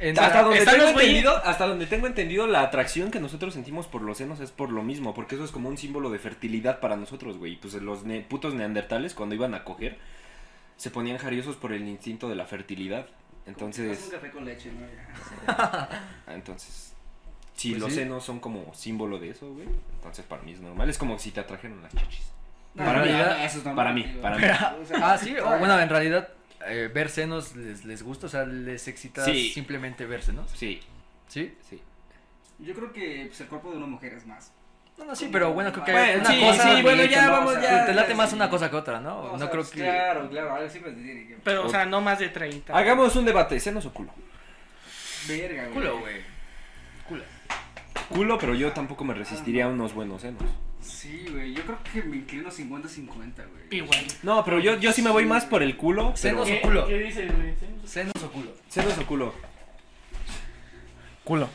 S2: En-
S4: Hasta donde,
S5: están
S4: tengo
S5: los güeyes-
S4: entendido, hasta donde tengo entendido, la atracción que nosotros sentimos por los senos es por lo mismo, porque eso es como un símbolo de fertilidad para nosotros, güey. Y Pues los ne- putos neandertales, cuando iban a coger, se ponían jariosos por el instinto de la fertilidad.
S3: Haz
S4: Entonces,
S3: un café con leche, ¿no? Ya.
S4: entonces si
S2: Pues
S4: los
S2: sí.
S4: senos son como símbolo de eso, güey, entonces para mí es normal. Es como si te atrajeron las chichis.
S3: No,
S2: Para
S3: no,
S2: mí,
S3: ya, eso es normal,
S4: para mí,
S3: digo.
S4: para mí.
S3: O sea,
S2: Ah, sí, o bueno, en realidad eh, ver senos les, les gusta, o sea, les excita
S4: Sí.
S2: simplemente ver senos.
S4: Sí,
S2: ¿Sí?
S4: sí.
S3: Yo creo que pues, el cuerpo de una mujer es más.
S2: No, no, sí, pero bueno, creo que
S4: Bueno,
S2: una
S4: sí,
S2: cosa...
S4: sí, bueno, ya
S2: ¿no? O
S4: vamos,
S2: sea,
S4: ya,
S2: Te late
S3: ya,
S2: más
S3: sí.
S2: una cosa que otra, ¿no?
S3: O
S2: no
S3: sea,
S2: creo
S3: pues,
S2: que...
S3: Claro, claro, algo siempre te tiene que.
S5: Pero, o sea, no más de 30.
S4: Hagamos un debate, senos o culo.
S3: Verga, güey.
S2: Culo, güey.
S4: Culo, pero yo tampoco me resistiría a unos buenos senos.
S3: Sí, güey. Yo creo que me inclino 50-50, güey.
S5: Igual.
S4: No, pero yo, yo sí me voy más por el culo. Pero...
S2: Senos o culo.
S5: ¿Qué dices, güey? ¿Sí?
S2: Senos o culo.
S4: Senos o culo.
S1: Culo.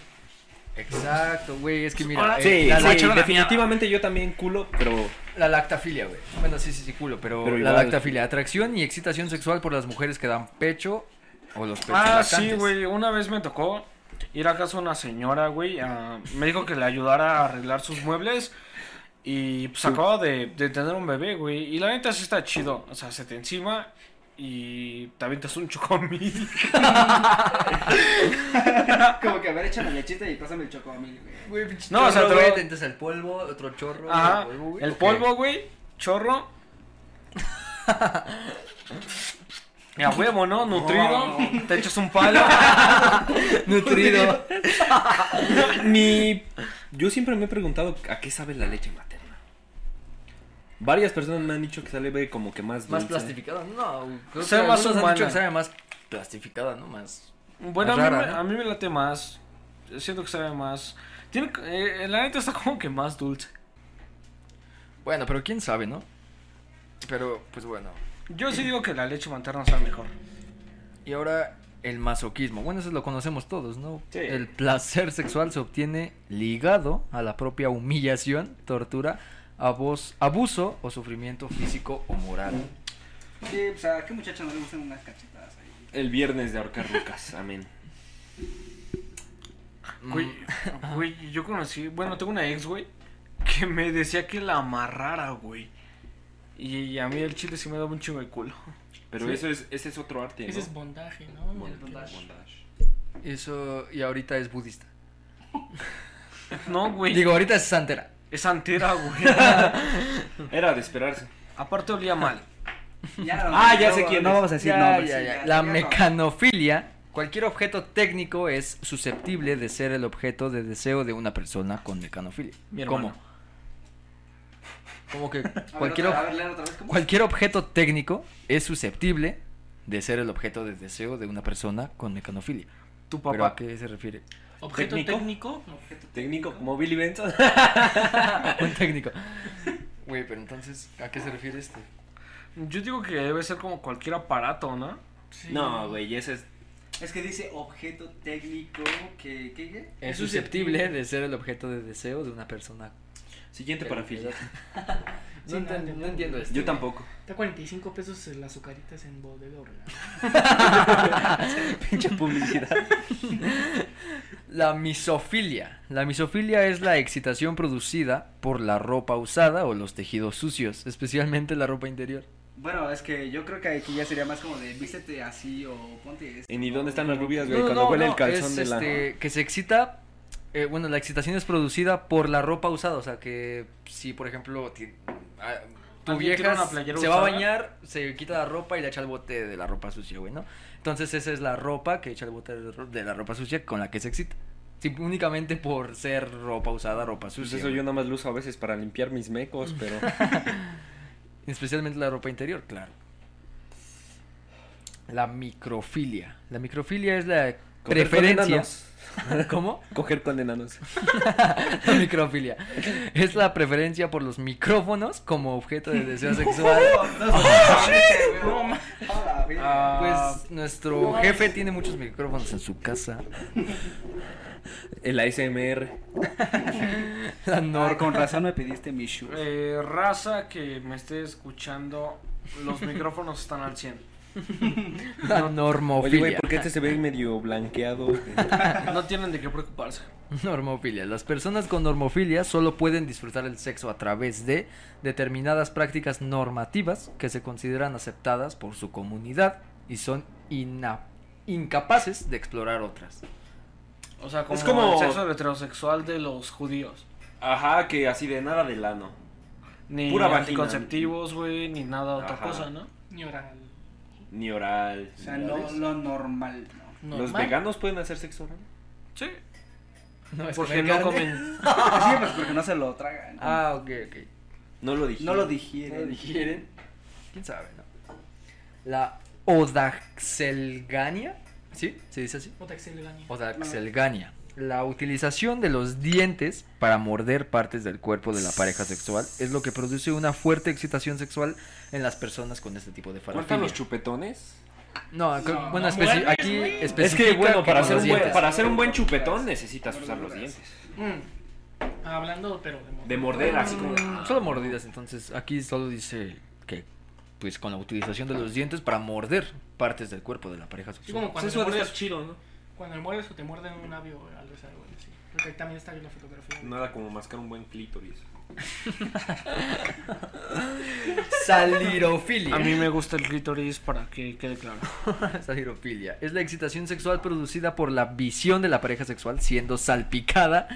S2: Exacto, güey, es que mira,
S5: Ahora-
S2: eh,
S4: Sí,
S2: la,
S4: sí,
S2: la-
S4: definitivamente yo también culo, pero
S2: la lactafilia, güey. Bueno, sí, sí, sí, culo, pero,
S4: Pero
S2: la
S4: igual.
S2: lactafilia, atracción y excitación sexual por las mujeres que dan pecho o los pechos
S1: Ah, sí,
S2: lactantes.
S1: güey. Una vez me tocó ir a casa de una señora, güey. ah, me dijo que le ayudara a arreglar sus muebles. Y pues acababa de, de tener un bebé, güey. Y la neta sí está chido. O sea, se te encima y te avientas un chocomil.
S3: Ah, Como que a ver, échame lechita y pásame el chocomil, güey.
S2: Güey, pinche
S1: No, o sea,
S2: chorro,
S1: te lo-
S2: güey, te entras el polvo, otro chorro,
S1: Ajá.
S2: otro polvo, güey.
S1: El
S2: Ok.
S1: polvo, güey. Chorro. Y a huevo, ¿no? Nutrido. Te echas un palo.
S2: nutrido.
S4: mi yo siempre me he preguntado a qué sabe la leche materna. Varias personas me han dicho que sabe como que más
S2: Más
S4: dulce.
S2: plastificada, no. güey, Creo
S1: Sabe
S2: que
S1: más
S2: algunos han
S1: humana.
S2: dicho que sabe más plastificada, ¿no? Más.
S1: Bueno, a
S2: Más
S1: mí,
S2: rara,
S1: me,
S2: ¿no?
S1: a mí me late más. Siento que sabe más. Tiene, eh, la neta está como que más dulce.
S2: Bueno, pero quién sabe, ¿no? Pero, pues bueno.
S1: Yo sí digo que la leche materna sabe mejor.
S2: Y ahora el masoquismo. Bueno, eso lo conocemos todos, ¿no? El placer sexual se obtiene ligado a la propia humillación, tortura, abos- abuso o sufrimiento físico o moral.
S3: Sí, o sea, ¿a qué muchacha no le gustan unas cachetadas ahí?
S4: El viernes de ahorcar rucas, amén.
S2: Mm.
S1: Güey, güey, yo conocí, bueno, tengo una ex, güey, que me decía que la amarrara, güey. Y, y a mí el chile sí me daba un chingo de culo.
S4: Pero eso es ese es otro arte, ¿no?
S5: Ese es bondaje, ¿no?
S4: Bond-
S5: Bondaje.
S4: bondage.
S2: Eso, y ahorita es budista.
S1: No, güey.
S2: Digo, ahorita es santera.
S1: Es antera, güey.
S4: Era de esperarse.
S1: Aparte olía mal.
S3: Ya,
S4: Ah, ya sé
S3: no,
S4: quién
S3: no
S4: es.
S3: vamos a decir
S2: Ya,
S3: nombres.
S2: ya,
S3: Sí,
S2: ya.
S3: ya,
S2: La
S3: ya,
S2: mecanofilia. Cualquier objeto técnico es susceptible de ser el objeto de deseo de una persona con mecanofilia.
S1: Mi
S2: ¿Cómo?
S1: hermano.
S2: Como que
S3: A ver,
S2: cualquier,
S3: otra- a
S2: ob-
S3: ver, léelo otra vez, ¿cómo?
S2: cualquier objeto técnico es susceptible de ser el objeto de deseo de una persona con mecanofilia.
S1: Tu
S2: ¿Pero
S1: papá.
S2: a qué se refiere?
S5: Objeto
S4: ¿Técnico?
S5: técnico.
S4: Técnico como Billy Benson.
S2: Un técnico. Güey, pero entonces, ¿a qué se refiere este?
S1: Yo digo que debe ser como cualquier aparato, ¿no?
S5: Sí.
S4: No, güey, ese es
S3: Es que dice objeto técnico que. ¿Qué? qué?
S2: Es susceptible de ser el objeto de deseo de una persona.
S4: siguiente para filia.
S5: Sí,
S2: No, enten-
S5: no, entendemos.
S2: no entiendo esto.
S4: Yo tampoco.
S5: Está 45 pesos en las azucaritas en bodega Horrera.
S4: Pinche publicidad.
S2: La misofilia. La misofilia es la excitación producida por la ropa usada o los tejidos sucios, especialmente la ropa interior.
S3: Bueno, es que yo creo que aquí ya sería más como de vístete así o ponte. esto.
S4: ¿Y ni dónde están las rubias, güey?
S2: No, no,
S4: Cuando
S2: no,
S4: huele
S2: no,
S4: el calzón
S2: es,
S4: de la
S2: este, que se excita. eh, bueno, la excitación es producida por la ropa usada, o sea que si por ejemplo ti- ah, tu
S1: ¿Alguien tiene
S2: vieja
S1: una
S2: se
S1: playera
S2: va a
S1: usada?
S2: bañar, se quita la ropa y le echa el bote de la ropa sucia, güey, ¿no? Entonces esa es la ropa que echa el bote de ro- de la ropa sucia con la que se excita. Sí, únicamente por ser ropa usada, ropa
S4: Pues
S2: sucia.
S4: eso yo
S2: güey.
S4: nada más lo uso a veces para limpiar mis mecos, pero...
S2: Especialmente la ropa interior, claro. La microfilia. La microfilia es la
S4: Coger con
S2: preferencia.
S4: enanos.
S2: ¿Cómo?
S4: Coger con enanos.
S2: La microfilia. Es la preferencia por los micrófonos como objeto de deseo sexual.
S3: No, mames, Ah, güey. Ah, A la verga.
S2: Pues nuestro jefe tiene muchos micrófonos en su casa.
S4: El ASMR.
S2: La
S3: No,
S2: Nor
S3: con razón me pediste mi shoe.
S2: Pues
S1: Eh, raza que me esté escuchando, los micrófonos están al 100.
S2: la
S4: Oye,
S2: normofilia.
S4: güey, ¿por qué este se ve medio blanqueado?
S1: No tienen de qué preocuparse.
S2: Normofilia. Las personas con normofilia solo pueden disfrutar el sexo a través de determinadas prácticas normativas que se consideran aceptadas por su comunidad y son ina- incapaces de explorar otras.
S1: O sea, como,
S4: Es como-
S1: el sexo heterosexual de los judíos.
S4: Ajá, que así de nada del ano.
S1: Ni
S4: Pura vagina.
S1: anticonceptivos, güey, ni nada otra
S4: Ajá.
S1: cosa, ¿no?
S5: Ni oral.
S4: Ni oral.
S3: O sea,
S4: ni
S3: no
S4: orales.
S3: lo normal. ¿no?
S4: ¿Los
S5: Normal.
S4: veganos pueden hacer sexo oral?
S1: Sí.
S2: No, es
S1: Porque no comen.
S3: Sí, pues porque no se lo tragan.
S2: Ah, ok, ok.
S4: No lo dije.
S3: no lo digieren.
S2: ¿Quién sabe, no? La odaxelgania. ¿Sí? ¿Se dice así?
S5: Puta, que se le dañe.
S4: Pues,
S2: Odaxelgania. La utilización de los dientes para morder partes del cuerpo de la pareja sexual es lo que produce una fuerte excitación sexual en las personas con este tipo de
S4: ¿Cuentan
S2: parafilia.
S4: los chupetones?
S2: No, que-
S5: No,
S2: bueno,
S5: no
S2: especi-
S5: muerdes,
S2: aquí
S5: güey.
S2: especifica
S4: Es que, bueno, para
S2: con
S4: hacer,
S2: los
S4: un buen,
S2: dientes.
S4: para hacer un buen chupetón necesitas usar los dientes.
S5: Mm. Hablando, pero de
S4: De ah, morder, así como...
S2: Mm, Solo mordidas, entonces aquí solo dice que pues con la utilización de los dientes para morder partes del cuerpo de la pareja
S5: Sí,
S2: sexual.
S5: como cuando
S1: Eso
S5: le
S1: es
S5: muerdes,
S1: chido, ¿no?
S5: cuando le muerdes o te muerden un labio o algo así, güey, así. Creo que ahí también está bien la fotografía. güey.
S4: Nada como mascar un buen clítoris.
S2: Salirofilia.
S1: A mí me gusta el clítoris para que quede claro.
S2: Salirofilia. Es la excitación sexual producida por la visión de la pareja sexual siendo salpicada,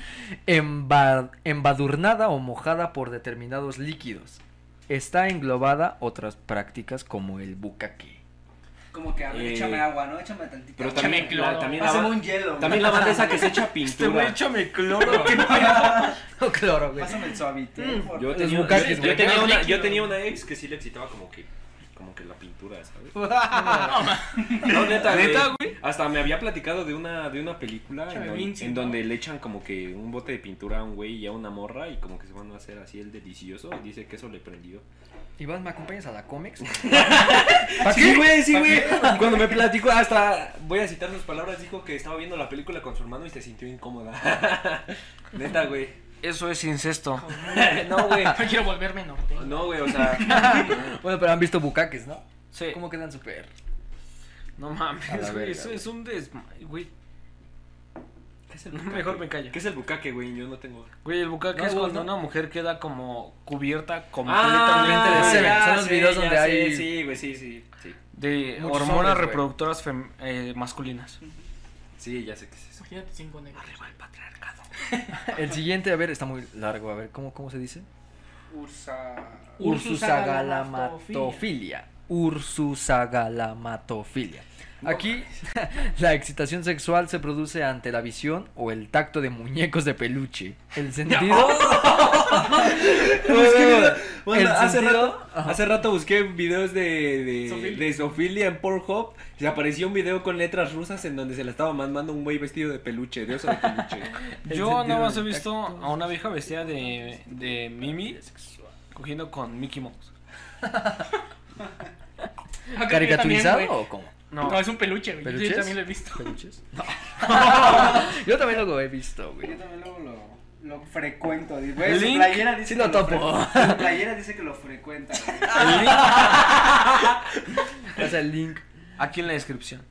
S2: emba- embadurnada o mojada por determinados líquidos. Está englobada otras prácticas como el bucaque.
S3: Como que, a ver,
S4: Eh,
S3: échame agua, ¿no? Échame tantito.
S4: Pero también,
S5: Échame cloro.
S4: la, también, la,
S3: Pásame
S4: ba-
S3: un hielo.
S4: también la banda esa que se
S3: Este
S4: echa pintura.
S1: échame cloro.
S2: No, claro, güey.
S3: Pásame el suavite. por
S4: Yo
S3: favor.
S4: tenía,
S2: Los bucaques,
S4: yo
S2: güey.
S4: tenía una, yo
S5: Líquido.
S4: tenía una ex que sí le excitaba como que como que la pintura, ¿sabes? No, neta,
S1: ¿Neta,
S4: güey. Hasta me había platicado de una de una película en,
S5: Chale,
S4: don-
S5: Vinci,
S4: en
S5: ¿no?
S4: donde le echan como que un bote de pintura a un güey y a una morra y como que se van a hacer así el delicioso y dice que eso le prendió.
S2: Iván, ¿me acompañas a la cómics?
S4: Sí, güey, sí, güey. Cuando me platicó hasta voy a citar sus palabras, dijo que estaba viendo la película con su hermano y se sintió incómoda. Neta, güey.
S1: Eso es incesto.
S4: No, güey.
S5: No quiero volverme norteño.
S4: No, güey, o sea,
S2: Bueno, pero han visto bucaques, ¿no?
S1: Sí.
S2: ¿Cómo quedan súper?
S1: No
S2: A la
S1: mames, güey.
S2: verga,
S1: Eso
S2: güey.
S1: es un desmay, güey.
S4: ¿qué es el bucaque?
S1: Mejor me callo.
S4: ¿Qué es el bucaque, güey? Yo no tengo.
S1: Güey, el bucaque
S2: No,
S1: es
S2: güey,
S1: cuando
S2: no.
S1: una mujer queda como cubierta
S2: Ah,
S1: completamente
S2: de
S1: de-
S2: Seven.
S4: ya
S2: Son los
S4: sé,
S2: videos
S4: ya
S2: donde
S4: sé,
S2: hay-
S4: Sí, güey, sí, sí, sí.
S1: de,
S2: Muchos
S1: hormonas
S2: hombres, güey.
S1: reproductoras fem- eh, masculinas.
S4: Sí, ya sé qué es eso.
S5: Imagínate cinco negros.
S2: El siguiente, a ver, está muy largo, a ver, ¿cómo, cómo se dice?
S3: Ursa.
S5: Ah,
S2: Ursusagalamatofilia. Ursusagalamatofilia. Aquí la excitación sexual se produce ante la visión o el tacto de muñecos de peluche. El sentido.
S4: Es que mira,
S2: El
S4: banda, hace,
S2: sentido-
S4: rato, hace rato busqué videos de, de,
S5: Zoofilia.
S4: de zoofilia en Pornhub y apareció un video con letras rusas en donde se la estaba mandando un güey vestido de peluche, de oso de peluche.
S2: El
S1: Yo
S2: sentido
S1: nada más he
S2: del
S1: visto
S2: tacto.
S1: a una vieja vestida de, de Mimi cogiendo con Mickey Mouse.
S5: Ah, creo que yo también,
S2: ¿Caricaturizado
S5: güey.
S2: o cómo?
S1: No,
S5: No, es un peluche, güey.
S2: ¿Peluches?
S5: Yo también lo he visto.
S2: ¿Peluches? Yo también lo he visto,
S3: Yo
S2: güey.
S3: también luego lo, lo frecuento. di- Güey, su
S1: Link.
S3: playera dice
S2: Sí
S3: que
S2: lo topo.
S3: fre- Su playera dice que lo frecuenta. güey.
S1: el link
S2: Pasa el link.
S1: aquí en la descripción.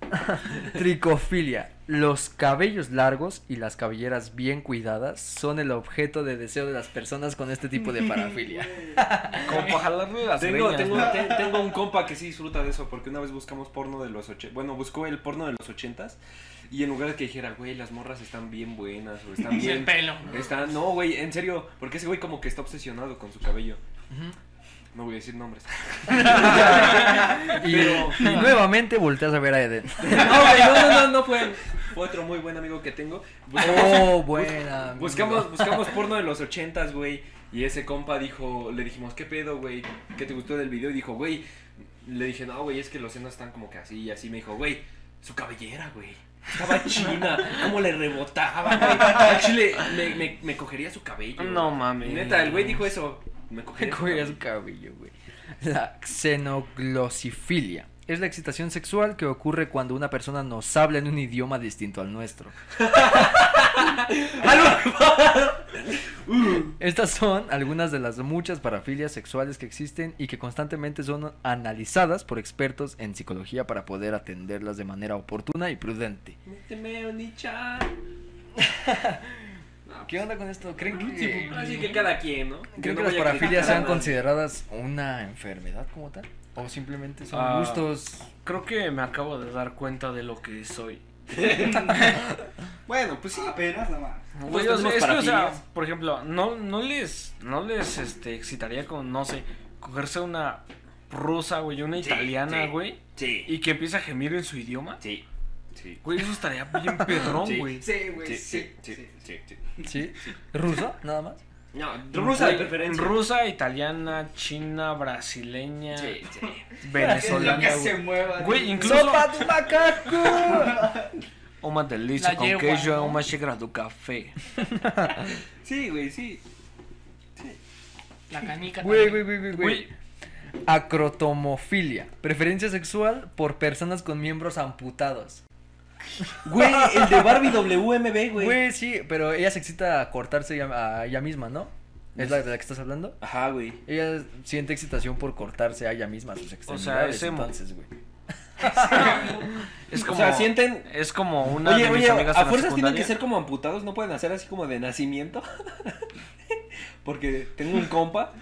S2: Tricofilia. Los cabellos largos y las cabelleras bien cuidadas son el objeto de deseo de las personas con este tipo de parafilia.
S1: Como para jalarle las
S4: Tengo,
S1: greñas,
S4: tengo,
S1: ¿no?
S4: te- tengo un compa que sí disfruta de eso porque una vez buscamos porno de los ochentas, bueno, buscó el porno de los ochentas y en lugar de que dijera, güey, las morras están bien buenas o están
S5: Y
S4: bien...
S5: el pelo.
S4: Está, no, güey, en serio, porque ese güey como que está obsesionado con su cabello.
S2: Ujú.
S4: No voy a decir nombres.
S2: Y, y nuevamente volteas a ver a Eden.
S4: No, güey, no, no, no, no fue. Fue otro muy buen amigo que tengo.
S2: Oh, buena. amigo.
S4: Buscamos, buscamos porno de los ochentas, güey. Y ese compa dijo, le dijimos, ¿qué pedo, güey? ¿Qué te gustó del video? Y dijo, güey. Le dije, no, güey, es que los senos están como que así y así. Me dijo, güey, su cabellera, güey. Estaba china, cómo le rebotaba, güey. Al chile, me, me, me cogería su cabello.
S1: No mames.
S4: Neta, el güey dijo eso. Me cogería, su
S2: Cogería su
S4: cabello.
S2: cabello, güey. La xenoglosifilia. Es la excitación sexual que ocurre cuando una persona nos habla en un idioma distinto al nuestro. Uh. Estas son algunas de las muchas parafilias sexuales que existen y que constantemente son analizadas por expertos en psicología para poder atenderlas de manera oportuna y prudente.
S4: Méteme, Oni-chan.
S2: ¿Qué onda con esto? ¿Creen que,
S4: Así que cada quien, ¿no?
S2: creen
S4: Yo no
S2: que
S4: voy
S2: las
S4: a criticar
S2: parafilias
S4: a
S2: sean
S4: nadie.
S2: consideradas una enfermedad como tal? ¿O simplemente son
S1: Ah.
S2: gustos?
S1: Creo que me acabo de dar cuenta de lo que soy.
S4: Bueno, pues sí.
S3: Apenas nada más.
S4: Pues
S1: Güey, o sea,
S4: tenemos
S1: Pues, es que, o sea,
S4: parafilias.
S1: por ejemplo, no, no les, no les, este, excitaría con, no sé, cogerse una rusa, güey, una
S4: Sí,
S1: italiana,
S4: sí.
S1: güey,
S4: Sí.
S1: y que empiece a gemir en su idioma.
S4: Sí. Sí.
S1: Güey, eso estaría bien perrón,
S4: Sí.
S1: güey.
S3: Sí,
S2: Pues
S3: güey,
S4: Sí,
S3: sí.
S4: sí, sí, sí, sí.
S2: ¿Sí? ¿Ruso? ¿Nada más?
S4: No, rusa de
S1: Güey,
S4: preferencia.
S1: Rusa, italiana, china, brasileña,
S4: Sí, sí.
S3: Venezolana,
S1: venezolana,
S3: que se
S1: güey.
S3: mueva.
S1: Güey,
S3: tío.
S1: incluso...
S2: tu macaco!
S1: Oh, my delícia,
S5: La
S1: com
S5: yegua,
S1: queijo é
S5: ¿no?
S1: uma xícara do café.
S4: Sí, güey, sí.
S5: La canica.
S2: Güey, güey,
S5: también.
S2: güey, güey, güey.
S1: Güey,
S2: Acrotomofilia. Preferencia sexual por personas con miembros amputados.
S4: Güey, el de Barbie WMB,
S2: Güey, sí, pero ella se excita a cortarse ella- a ella misma, ¿no? ¿Es la de la que estás hablando?
S4: Ajá, güey.
S2: Ella siente excitación por cortarse a ella misma sus extremidades.
S1: es emo.
S2: entonces, güey.
S1: es
S4: O
S1: como...
S4: sea, sienten.
S1: Es como una
S4: Oye,
S1: de mis
S4: oye,
S1: amigas
S4: a
S1: en la
S4: fuerzas tienen que
S1: secundaria.
S4: ser como amputados, no pueden hacer así como de nacimiento. Porque tengo un compa,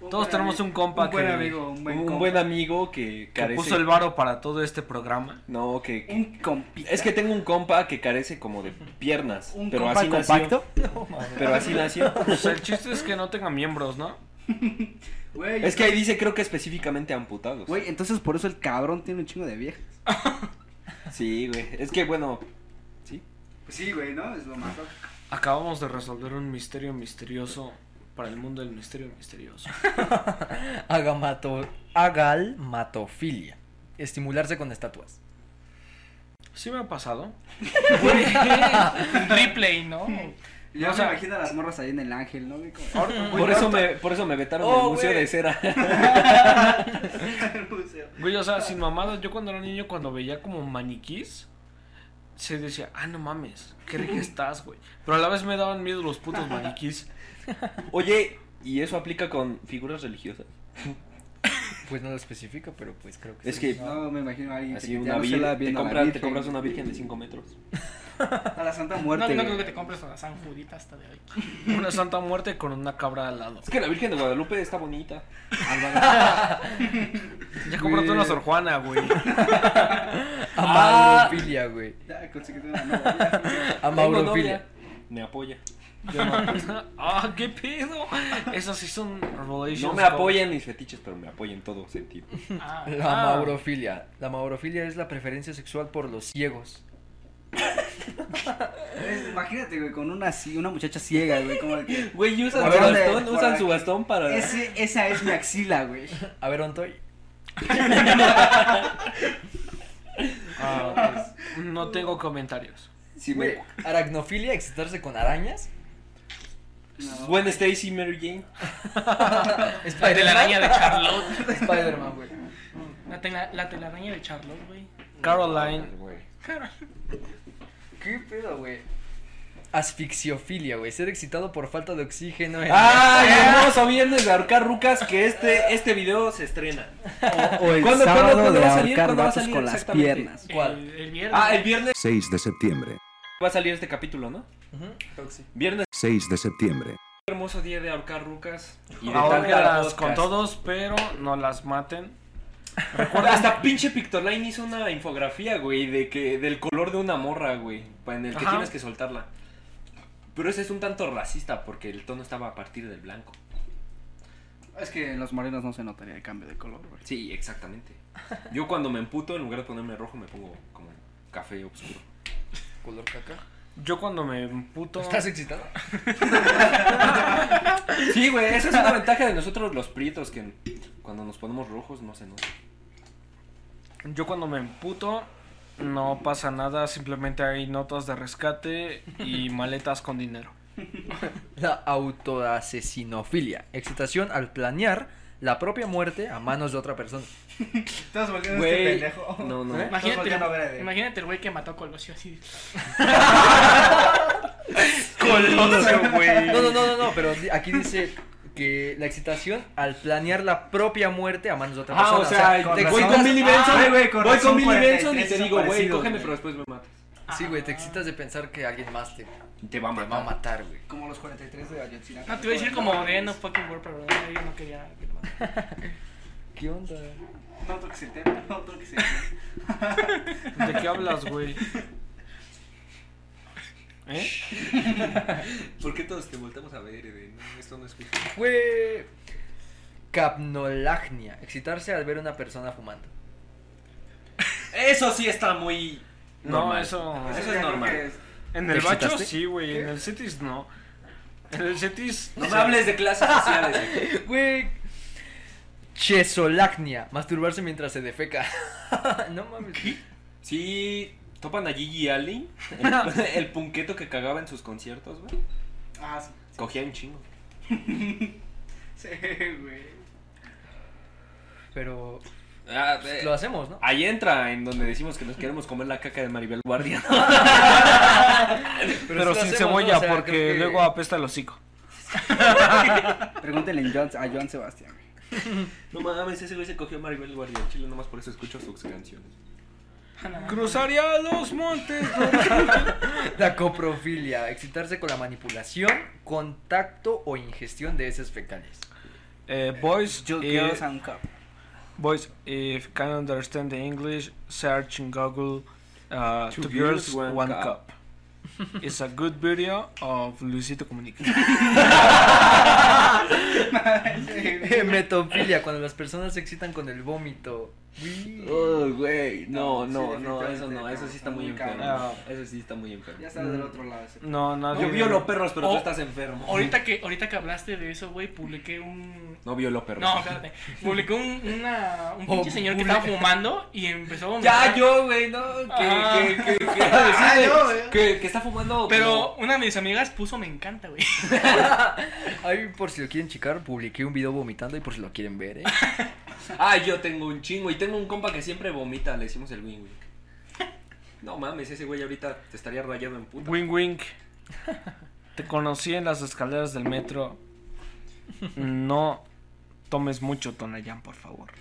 S3: Un
S1: Todos
S3: buen
S1: tenemos
S3: ami-
S1: un compa
S3: un buen
S1: que-
S3: amigo, un buen
S4: un
S3: compa.
S4: buen amigo que
S1: que
S4: carece.
S1: puso el varo para todo este programa.
S4: No, que, que-
S3: Un compita.
S4: Es que tengo un compa que carece como de piernas.
S3: Un
S4: pero
S3: compa
S4: así
S6: compacto.
S4: nació. Pero así nació.
S1: O sea, el chiste es que no tenga miembros, ¿no?
S3: Güey,
S4: Es que ahí dice, creo que específicamente amputados.
S3: Güey, entonces por eso el cabrón tiene un chingo de viejas.
S4: Sí, güey. Es que bueno. Sí.
S3: Pues sí, güey, ¿no? Es lo más lógico.
S1: Acabamos de resolver un misterio misterioso para el mundo del misterio misterioso.
S2: Agamato, agalmatofilia. Estimularse con estatuas.
S1: Sí me ha pasado.
S5: Un replay, ¿no?
S3: Mm. Ya
S1: No,
S3: se
S1: o sea-
S3: imagina las morras ahí en el ángel, ¿no? Güey, Como-
S4: Por eso, me, por eso me vetaron
S2: Oh,
S4: del Museo
S2: güey.
S4: de Cera.
S3: el museo.
S1: Güey, o sea, sin mamadas, yo cuando era niño, cuando veía como maniquís, se decía, ah, no mames, qué rica estás, güey. Pero a la vez me daban miedo los putos maniquís.
S4: Oye, ¿y eso aplica con figuras religiosas?
S2: Pues no lo especifica, pero pues creo que
S4: Es
S2: sí.
S4: que
S3: No, me imagino a alguien
S4: así
S3: que
S4: una
S3: ya no se
S4: vir-
S3: la
S4: te,
S3: viendo a la
S4: compran- te
S3: virgen.
S4: compras una virgen de 5 metros.
S3: A la Santa
S5: No, no
S3: Muerte.
S5: creo que
S3: güey.
S5: te compres una San Judita hasta de hoy.
S1: Una santa muerte con una cabra al lado.
S4: Es que la Virgen de Guadalupe está bonita.
S1: Ya cómprate una Sor Juana, güey.
S2: Amaurofilia, güey.
S3: Ya, conseguí una novia.
S2: Amaurofilia.
S4: Me apoya.
S1: ah, qué pedo. Esas sí son revelations.
S4: No me
S1: como-
S4: apoyan mis fetiches, pero me apoya en todo sentido.
S3: Mm.
S5: Ah,
S2: La
S1: Ah.
S2: maurofilia. La maurofilia es la preferencia sexual por los ciegos.
S3: Es- Imagínate, güey, con una, ci- una muchacha ciega, güey, como de que...
S4: Güey, usan
S3: Por
S4: su
S3: dónde,
S4: bastón,
S3: por
S4: usan su
S3: aquí.
S4: bastón para.
S3: Ese, esa es mi axila, güey.
S2: A ver, Ontoy.
S1: Ah, pues, no tengo comentarios.
S4: Sí,
S2: Güey,
S4: me-
S2: Aracnofilia, excitarse con arañas.
S3: No.
S4: Gwen Stacy, Mary Jane.
S5: La telaraña de Charlotte.
S2: Spider-Man, güey.
S5: La, tela- la telaraña de Charlotte, güey.
S1: Caroline.
S2: ¿Qué pedo, güey? Asfixiofilia, güey. Ser excitado por falta de oxígeno. en-
S4: ¡Ay, hermoso viernes de ahorcar rucas! Que este, este video se estrena.
S3: O el
S4: ¿Cuándo-
S3: sábado
S4: cuándo- cuándo
S3: de
S4: va a salir?
S3: ahorcar
S4: ¿Cuándo va a
S3: vatos
S4: salir
S3: con las
S4: exactamente?
S3: piernas.
S2: ¿Cuál?
S5: El, el viernes.
S4: Ah, el viernes
S7: 6 de septiembre.
S4: va a salir este capítulo, ¿no?
S2: Ujú, creo que sí.
S4: Viernes,
S7: 6 de septiembre.
S4: hermoso día de ahorcar rucas. Y de tarjeta
S1: Ahorcalas
S4: podcast.
S1: con todos, pero no las maten.
S4: Hasta pinche Pictoline hizo una infografía, güey, de que del color de una morra, güey, pa- en el que
S1: Ajá.
S4: tienes que soltarla. Pero ese es un tanto racista porque el tono estaba a partir del blanco.
S3: Es que en los morenos no se notaría el cambio de color, güey.
S4: Sí, exactamente. Yo cuando me emputo, en lugar de ponerme rojo, me pongo como café oscuro.
S2: Color caca.
S1: Yo cuando me emputo.
S2: ¿Estás excitado?
S4: Sí, güey, esa es una ventaja de nosotros los prietos, que cuando nos ponemos rojos no se nota.
S1: Yo cuando me emputo. No pasa nada, simplemente hay notas de rescate y maletas con dinero.
S2: La autoasesinofilia. Excitación al planear la propia muerte a manos de otra persona.
S3: Estás volviendo
S4: Güey,
S3: este pendejo.
S4: no, no.
S3: Estás
S5: Imagínate,
S3: volteando a ver eh, a Eden.
S5: imagínate el güey que mató a Colosio así.
S1: Colosio, güey.
S2: No, no, no, no, no, pero di- aquí dice que la excitación al planear la propia muerte a manos de
S1: Ah,
S2: otra
S4: Ah,
S2: persona.
S3: con
S4: te-
S3: razón.
S4: voy con Billy Benson,
S3: Ay, güey, con
S4: voy
S3: razón
S4: con Billy
S3: 43
S4: Benson y te
S3: son
S4: digo, güey,
S3: parecidos,
S4: cógeme,
S3: güey.
S4: pero después me matas.
S2: Sí, güey, te excitas de pensar que alguien más te, te
S4: Te va a
S2: va
S1: Ah.
S2: a matar, güey.
S3: Como los 43 de Ayotzinapa.
S5: No, te iba a decir como de no fucking word, pero no, yo no quería que lo matara.
S2: ¿Qué onda?
S3: No toques el tema, no toques el tema.
S1: ¿De qué hablas, güey? ¿Eh?
S4: ¿Por qué todos te voltamos a ver, Eden? Esto no es justo.
S2: Güey. Capnolagnia. Excitarse al ver a una persona fumando.
S4: Eso sí está muy
S1: No,
S4: normal.
S1: eso.
S4: es
S3: ya creo
S4: normal.
S3: que es-
S1: En
S2: ¿Te
S1: el bacho
S2: excitaste?
S1: sí, güey. En el Cetis no. En el Cetis.
S4: No me hables de clases sociales. aquí.
S2: Güey. Chesolagnia. Masturbarse mientras se defeca. no mames.
S4: Sí, topan a Gigi Allen, el, el punqueto que cagaba en sus conciertos, güey.
S3: Ah, sí.
S4: Cogía un chingo.
S3: Sí, güey.
S2: Pero
S4: Ah, eh,
S2: lo hacemos, ¿no?
S4: Ahí entra en donde decimos que nos queremos comer la caca de Maribel Guardia.
S1: Pero,
S2: sí lo
S1: sin
S2: hacemos,
S1: cebolla,
S2: ¿no? O sea,
S1: porque
S2: creo que-
S1: luego apesta el hocico.
S3: Pregúntenle en John- a John Sebastián. güey.
S4: No mames, ese güey se cogió a Maribel Guardia. En Chile nomás por eso escucho sus canciones.
S1: Cruzaría los montes.
S2: La coprofilia. Excitarse con la manipulación, contacto o ingestión de heces fecales.
S1: eh, boys,
S3: Yo
S1: eh,
S3: quiero Sound Cup.
S1: boys, if can understand the English, search in Google uh, Two, Girls, One, cup. It's a good video of Luisito Comunica.
S2: Metofilia. Cuando las personas se excitan con el vómito. Uy.
S4: Oh, güey. No, no,
S3: Sí,
S4: no,
S3: definitivamente
S4: eso no. Eso sí está muy
S3: está muy
S4: enfermo.
S1: caro.
S4: Eso sí está muy enfermo.
S3: Ya está del otro lado ese.
S1: No, no,
S4: Yo violo perros, pero
S5: Oh.
S4: tú estás enfermo.
S5: Ahorita que, ahorita que hablaste de eso, güey, publiqué un.
S4: No violo perros.
S5: No, espérate. Publiqué un, una, un
S2: Oh,
S5: pinche señor que
S2: publica-
S5: estaba fumando y empezó a
S4: Ya
S5: vomitar.
S4: yo, güey, no. Que,
S5: Ajá.
S4: que, que, que, que, que- que está fumando.
S5: Pero una de mis amigas puso me encanta, güey.
S2: Ahí por si lo quieren checar, publiqué un video vomitando y por si lo quieren ver, ¿eh?
S4: como- Ah, yo tengo un chingo. Y tengo un compa que siempre vomita. Le decimos el wing wing. No mames, ese güey ahorita te estaría rayado en puta.
S1: Wing Wing. Te conocí en las escaleras del metro. No tomes mucho Tonayán, por favor.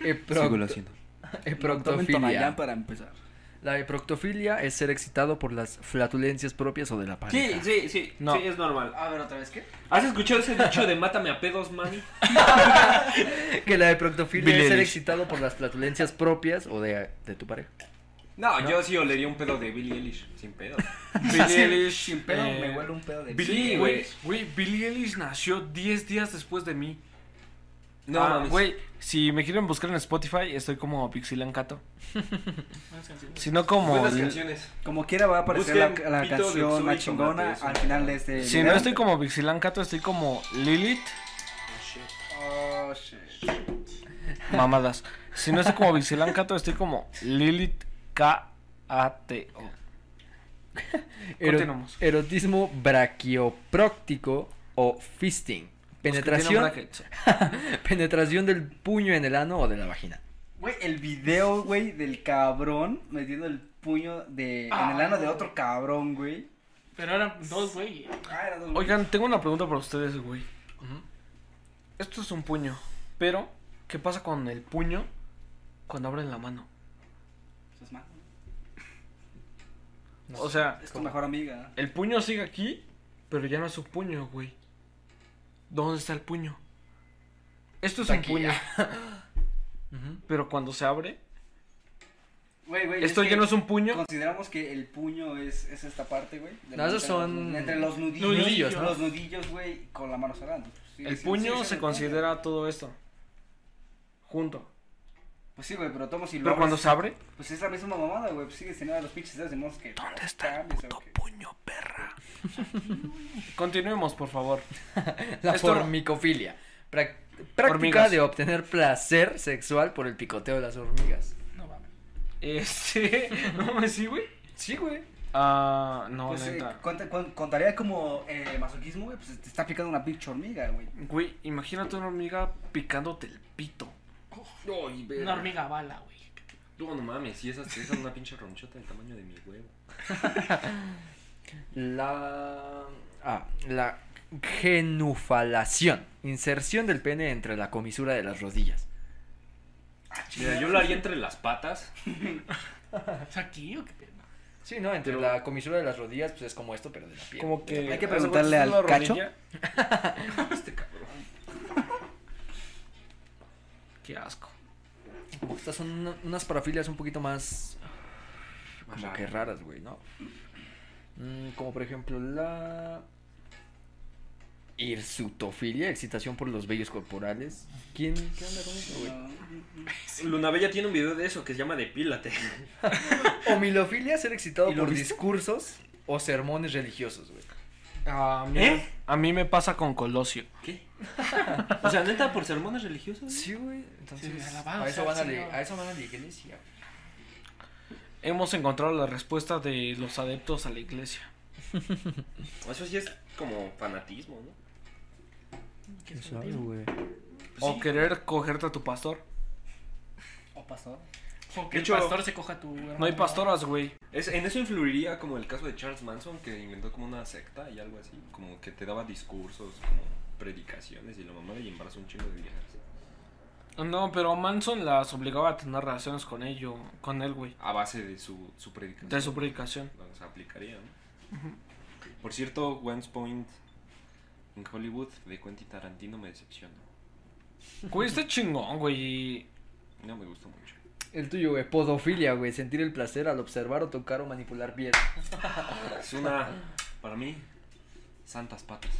S2: Eproct-
S3: Tonayán
S2: Eproctofilia.
S3: para empezar.
S2: La eproctofilia es ser excitado por las flatulencias propias o de la
S4: Sí,
S2: pareja.
S4: sí, sí.
S1: No.
S4: Sí, es normal.
S3: A ver, otra vez, ¿qué?
S4: ¿Has escuchado ese dicho de mátame a pedos, man?
S2: Que la eproctofilia
S1: Billie
S2: es ser
S1: Eilish.
S2: excitado por las flatulencias propias o de, de tu pareja.
S4: No, yo sí olería un pedo de Billie Eilish. Sin pedo.
S1: Billie Eilish.
S3: Sin pedo,
S1: eh,
S3: me huele un pedo de
S1: Billie-
S4: Sí,
S1: güey.
S4: güey.
S1: Güey, Billie Eilish nació 10 días después de mí.
S4: No
S1: Ah,
S4: mames.
S1: Güey, si me quieren buscar en Spotify, estoy como Pixilan Cato.
S5: Buenas canciones.
S1: Si no como.
S4: Buenas canciones.
S3: Como quiera va a aparecer la,
S4: Busquen
S3: la
S4: pito de
S3: canción
S4: Uxue
S3: más
S4: y
S3: chingona
S4: tomate,
S3: al
S4: eso.
S3: final de este
S1: Si no estoy como Pixilan Cato, estoy como Lilith.
S3: Oh, shit.
S1: Mamadas. Si no estoy como Pixilan Cato, estoy como Lilith K-A-T-O.
S2: Ero-
S1: Continuamos.
S2: erotismo braquiopróctico o fisting. Penetración, penetración del puño en el ano o de la vagina.
S3: Güey, el video, güey, del cabrón metiendo el puño de, en el ano de otro cabrón, güey.
S5: Pero eran dos, güey.
S3: Ah, era dos
S1: Oigan, tengo una pregunta para ustedes, güey. Esto es un puño, pero ¿qué pasa con el puño cuando abren la mano?
S3: güeyes. Es más,
S1: o sea,
S3: es tu mejor amiga.
S1: el puño sigue aquí, pero ya no es un puño, güey. ¿Dónde está el puño? Esto es
S2: Está
S1: un
S2: aquí.
S1: puño, pero cuando se abre,
S3: Güey, güey.
S1: esto ya
S3: que
S1: no es un puño.
S3: Consideramos que el puño es, es esta parte, güey. de
S2: No,
S3: la-
S2: esos
S3: entre los-
S2: son
S3: Entre los nudillos.
S2: nudillos, ¿no?
S3: Los nudillos, güey, con la mano cerrando. Sí,
S1: El
S3: sí, sí,
S1: puño
S3: sí,
S1: se
S3: sí,
S1: considera todo esto. Junto.
S3: puño. Pues sí, güey, pero tomo si lo
S1: Pero
S3: abres-
S1: cuando se abre,
S3: Pues es la misma mamada, güey. Pues sigues teniendo a los pinches dedos de mosque. ¿Dónde está el puto
S1: puño, perra. Continuemos, por favor.
S2: La
S1: Esto-
S2: formicofilia. Prac- práctica
S1: Hormigas.
S2: de obtener placer sexual por el picoteo de las hormigas.
S5: No mames.
S1: Este. No me sí, güey.
S2: Sí, güey.
S1: Ah, no,
S3: Pues eh,
S1: neta.
S3: cuenta- cuan- contaría como eh, masoquismo, güey. Pues te está picando una pinche hormiga, güey.
S1: Güey, imagínate una hormiga picándote el pito.
S5: Una hormiga bala, güey.
S4: No, no mames, y esas esas una pinche ronchota del tamaño de mi huevo.
S2: La. Ah, la genufalación. Inserción del pene entre la comisura de las rodillas.
S4: Mira, yo lo haría entre las patas.
S5: ¿Es aquí o qué pedo?
S2: Sí, ¿no? Entre la comisura de las rodillas, pues es como esto, pero de la piel.
S1: Como que.
S3: Hay que preguntarle al
S1: ¿Aguantas la
S3: cacho?
S1: rodilla? Qué asco.
S2: Como que Estas son una- unas parafilias un poquito más.
S4: Más
S2: Como
S4: raras.
S2: que raras, güey, ¿no? Mm, como por ejemplo la. Hirsutofilia, excitación por los vellos corporales. ¿Quién? ¿Qué onda con eso, güey?
S4: Luna Bella tiene un video de eso que se llama Depílate.
S2: Homilofilia, ser excitado
S4: ¿Y lo
S2: por
S4: viste?
S2: discursos o sermones religiosos, güey.
S1: A mí,
S3: ¿Eh?
S1: a mí me pasa con Colosio.
S4: ¿Qué? O sea, neta, por sermones religiosos.
S2: Sí, güey. Entonces,
S5: Sí, alabado
S2: a, eso
S5: sea el
S2: van a, la-
S5: Señor.
S2: a eso van a la iglesia.
S1: Hemos encontrado la respuesta de los adeptos a la iglesia.
S4: Eso sí es como fanatismo, ¿no?
S5: ¿Qué es fanatismo?
S1: o querer cogerte a tu pastor.
S3: O pastor.
S5: O
S4: De
S5: que el
S4: hecho,
S5: pastor se coja a tu hermano.
S1: No hay pastoras, güey.
S4: Es, en eso influiría como el caso de Charles Manson, que inventó como una secta y algo así, como que te daba discursos, como predicaciones y la mamá y embarazó un chingo de viejas.
S1: No, pero Manson las obligaba a tener relaciones con ello, con él, güey.
S4: A base de su, su predicación.
S1: De su predicación.
S4: No, se aplicaría, ¿no? Por cierto, West Point en Hollywood de Quentin Tarantino me decepcionó.
S1: Güey, está chingón, güey.
S4: No me gustó mucho.
S2: El tuyo, güey. Podofilia, güey. Sentir el placer al observar o tocar o manipular piel.
S4: Es una, para mí, santas patas.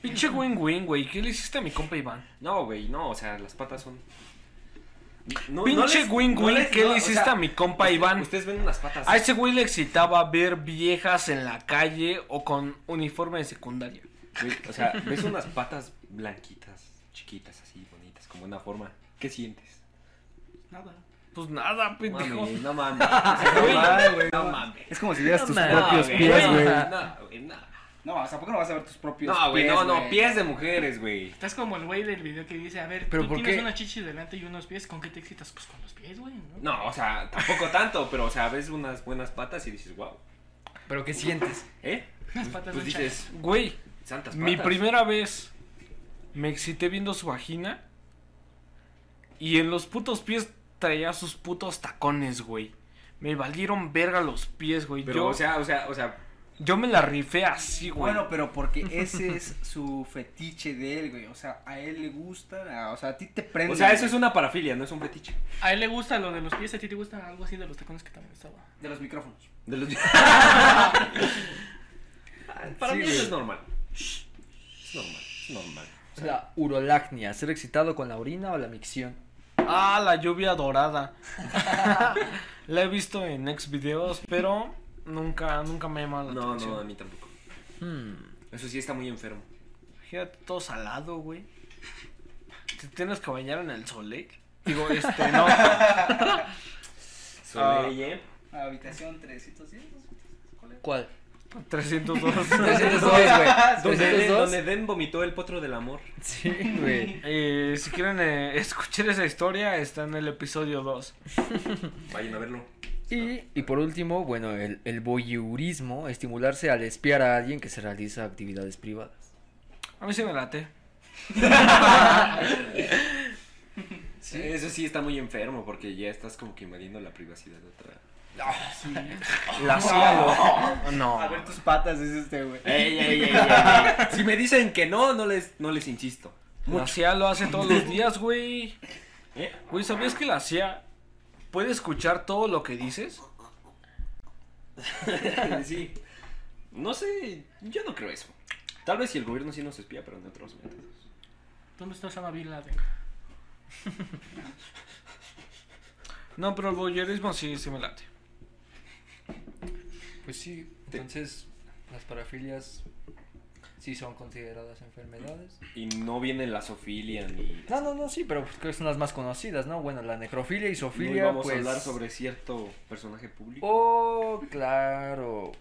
S1: Pinche win-win, güey. ¿Qué le hiciste a mi compa Iván?
S4: No, güey, no, o sea, las patas son... No- no
S1: Pinche
S4: les-
S1: win-win,
S4: no les-
S1: ¿qué
S4: no,
S1: le
S4: o
S1: hiciste
S4: sea,
S1: a mi compa
S4: usted-
S1: Iván?
S4: Ustedes ven unas patas.
S1: A ese güey le excitaba ver viejas en la calle o con uniforme de secundaria.
S4: Güey, o sea, ves unas patas blanquitas, chiquitas, así, bonitas, con buena forma. ¿Qué sientes?
S5: Nada.
S1: Pues nada, pendejo.
S4: Mames, no mames. No mames, güey. No mames.
S3: Es como si vieras
S2: No,
S3: tus
S2: man.
S3: propios
S4: güey,
S3: pies,
S4: no,
S3: güey.
S4: No, güey, no.
S3: No, o sea, ¿por qué no vas a ver tus propios
S4: No, güey,
S3: pies?
S4: no, no, pies de mujeres, güey.
S5: Estás como el güey del video que dice, a ver,
S2: ¿Pero
S5: tú
S2: por
S5: tienes
S2: qué?
S5: una chichi delante y unos pies, ¿con qué te excitas? Pues con los pies, güey, ¿no?
S4: No, o sea, tampoco tanto, pero, o sea, ves unas buenas patas y dices, wow.
S2: Pero ¿qué sientes?
S4: ¿Eh?
S5: Unas patas
S4: Pues
S5: de un
S4: dices,
S1: Güey,
S4: santas patas.
S1: mi primera vez me excité viendo su vagina y en los putos pies traía sus putos tacones, güey. Me valieron verga los pies, güey.
S4: Pero,
S1: Yo,
S4: o sea, o sea, o sea,
S1: yo me la rifé así, güey.
S3: Bueno, pero porque ese es su fetiche de él, güey. O sea, a él le gusta, a- o sea, a ti te prende.
S4: o sea, eso es una parafilia, no es un fetiche.
S5: A él le gusta lo de los pies, a ti te gusta algo así de los tacones que también estaba.
S3: De los micrófonos.
S4: De los- Para
S2: Sí,
S4: mí
S2: güey.
S4: eso es normal. Es normal, es normal.
S2: La urolacnia, ser excitado con la orina o la micción.
S1: Ah, la lluvia dorada. la he visto en ex videos, pero nunca, nunca me ha llamado la
S4: No, Hmm.
S1: atención.
S4: no, a mí tampoco. Eso sí está muy enfermo.
S1: Imagínate todo salado, güey. Te tienes que bañar en el sol, ¿eh? Digo, este, no.
S4: Soleil, ¿eh?
S3: Habitación 310.
S2: ¿Cuál?
S1: 302.
S2: 302, güey.
S4: Donde,
S2: 302.
S4: donde Den vomitó el potro del amor.
S2: Sí, güey.
S1: Eh, si quieren eh, escuchar esa historia, está en el episodio 2.
S4: Vayan a verlo.
S2: Y, y por último, bueno, el, el voyeurismo, estimularse al espiar a alguien que se realiza actividades privadas.
S1: A mí sí me late.
S4: Eso sí está muy enfermo porque ya estás como que invadiendo la privacidad de otra.
S1: La cielo.
S3: A
S1: No.
S3: ver tus patas, es este, güey.
S4: Ey, ey, ey, ey, ey. Si me dicen que no, no les, no les insisto.
S1: La CIA lo hace todos los días, güey.
S4: ¿Eh?
S1: Güey, ¿sabías que la CIA puede escuchar todo lo que dices?
S4: Sí. No sé, yo no creo eso. Tal vez si el gobierno sí nos espía, pero en otros métodos.
S5: ¿Dónde está Osama Bin Laden?
S1: No, pero el voyerismo sí, sí me late.
S2: Pues sí, entonces las parafilias sí son consideradas enfermedades.
S4: Y no viene la sofilia ni...
S2: No, no, no, sí, pero pues creo que son las más conocidas, ¿no? Bueno, la necrofilia y
S4: No
S2: zoofilia,
S4: íbamos
S2: pues...
S4: a hablar sobre cierto personaje público.
S2: Oh, claro.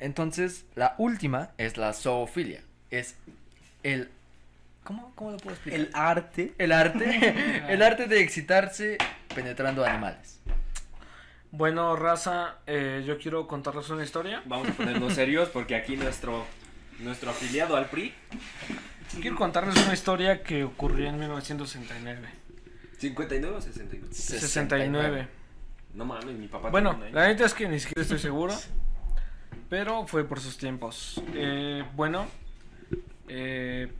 S2: Entonces, la última es la zoofilia. Es el... ¿Cómo, cómo lo puedo explicar?
S6: El arte.
S2: El arte, el arte de excitarse penetrando animales.
S1: Bueno, raza, eh, yo quiero contarles una historia.
S4: Vamos a ponernos serios porque aquí nuestro, nuestro afiliado al PRI...
S1: Quiero contarles una historia que ocurrió en 1969.
S4: 59 o 69.
S1: 69.
S4: No mames, mi papá
S1: Bueno,
S4: tiene un
S1: la
S4: año.
S1: neta es que ni siquiera estoy seguro. Pero fue por sus tiempos. Eh, bueno, eh,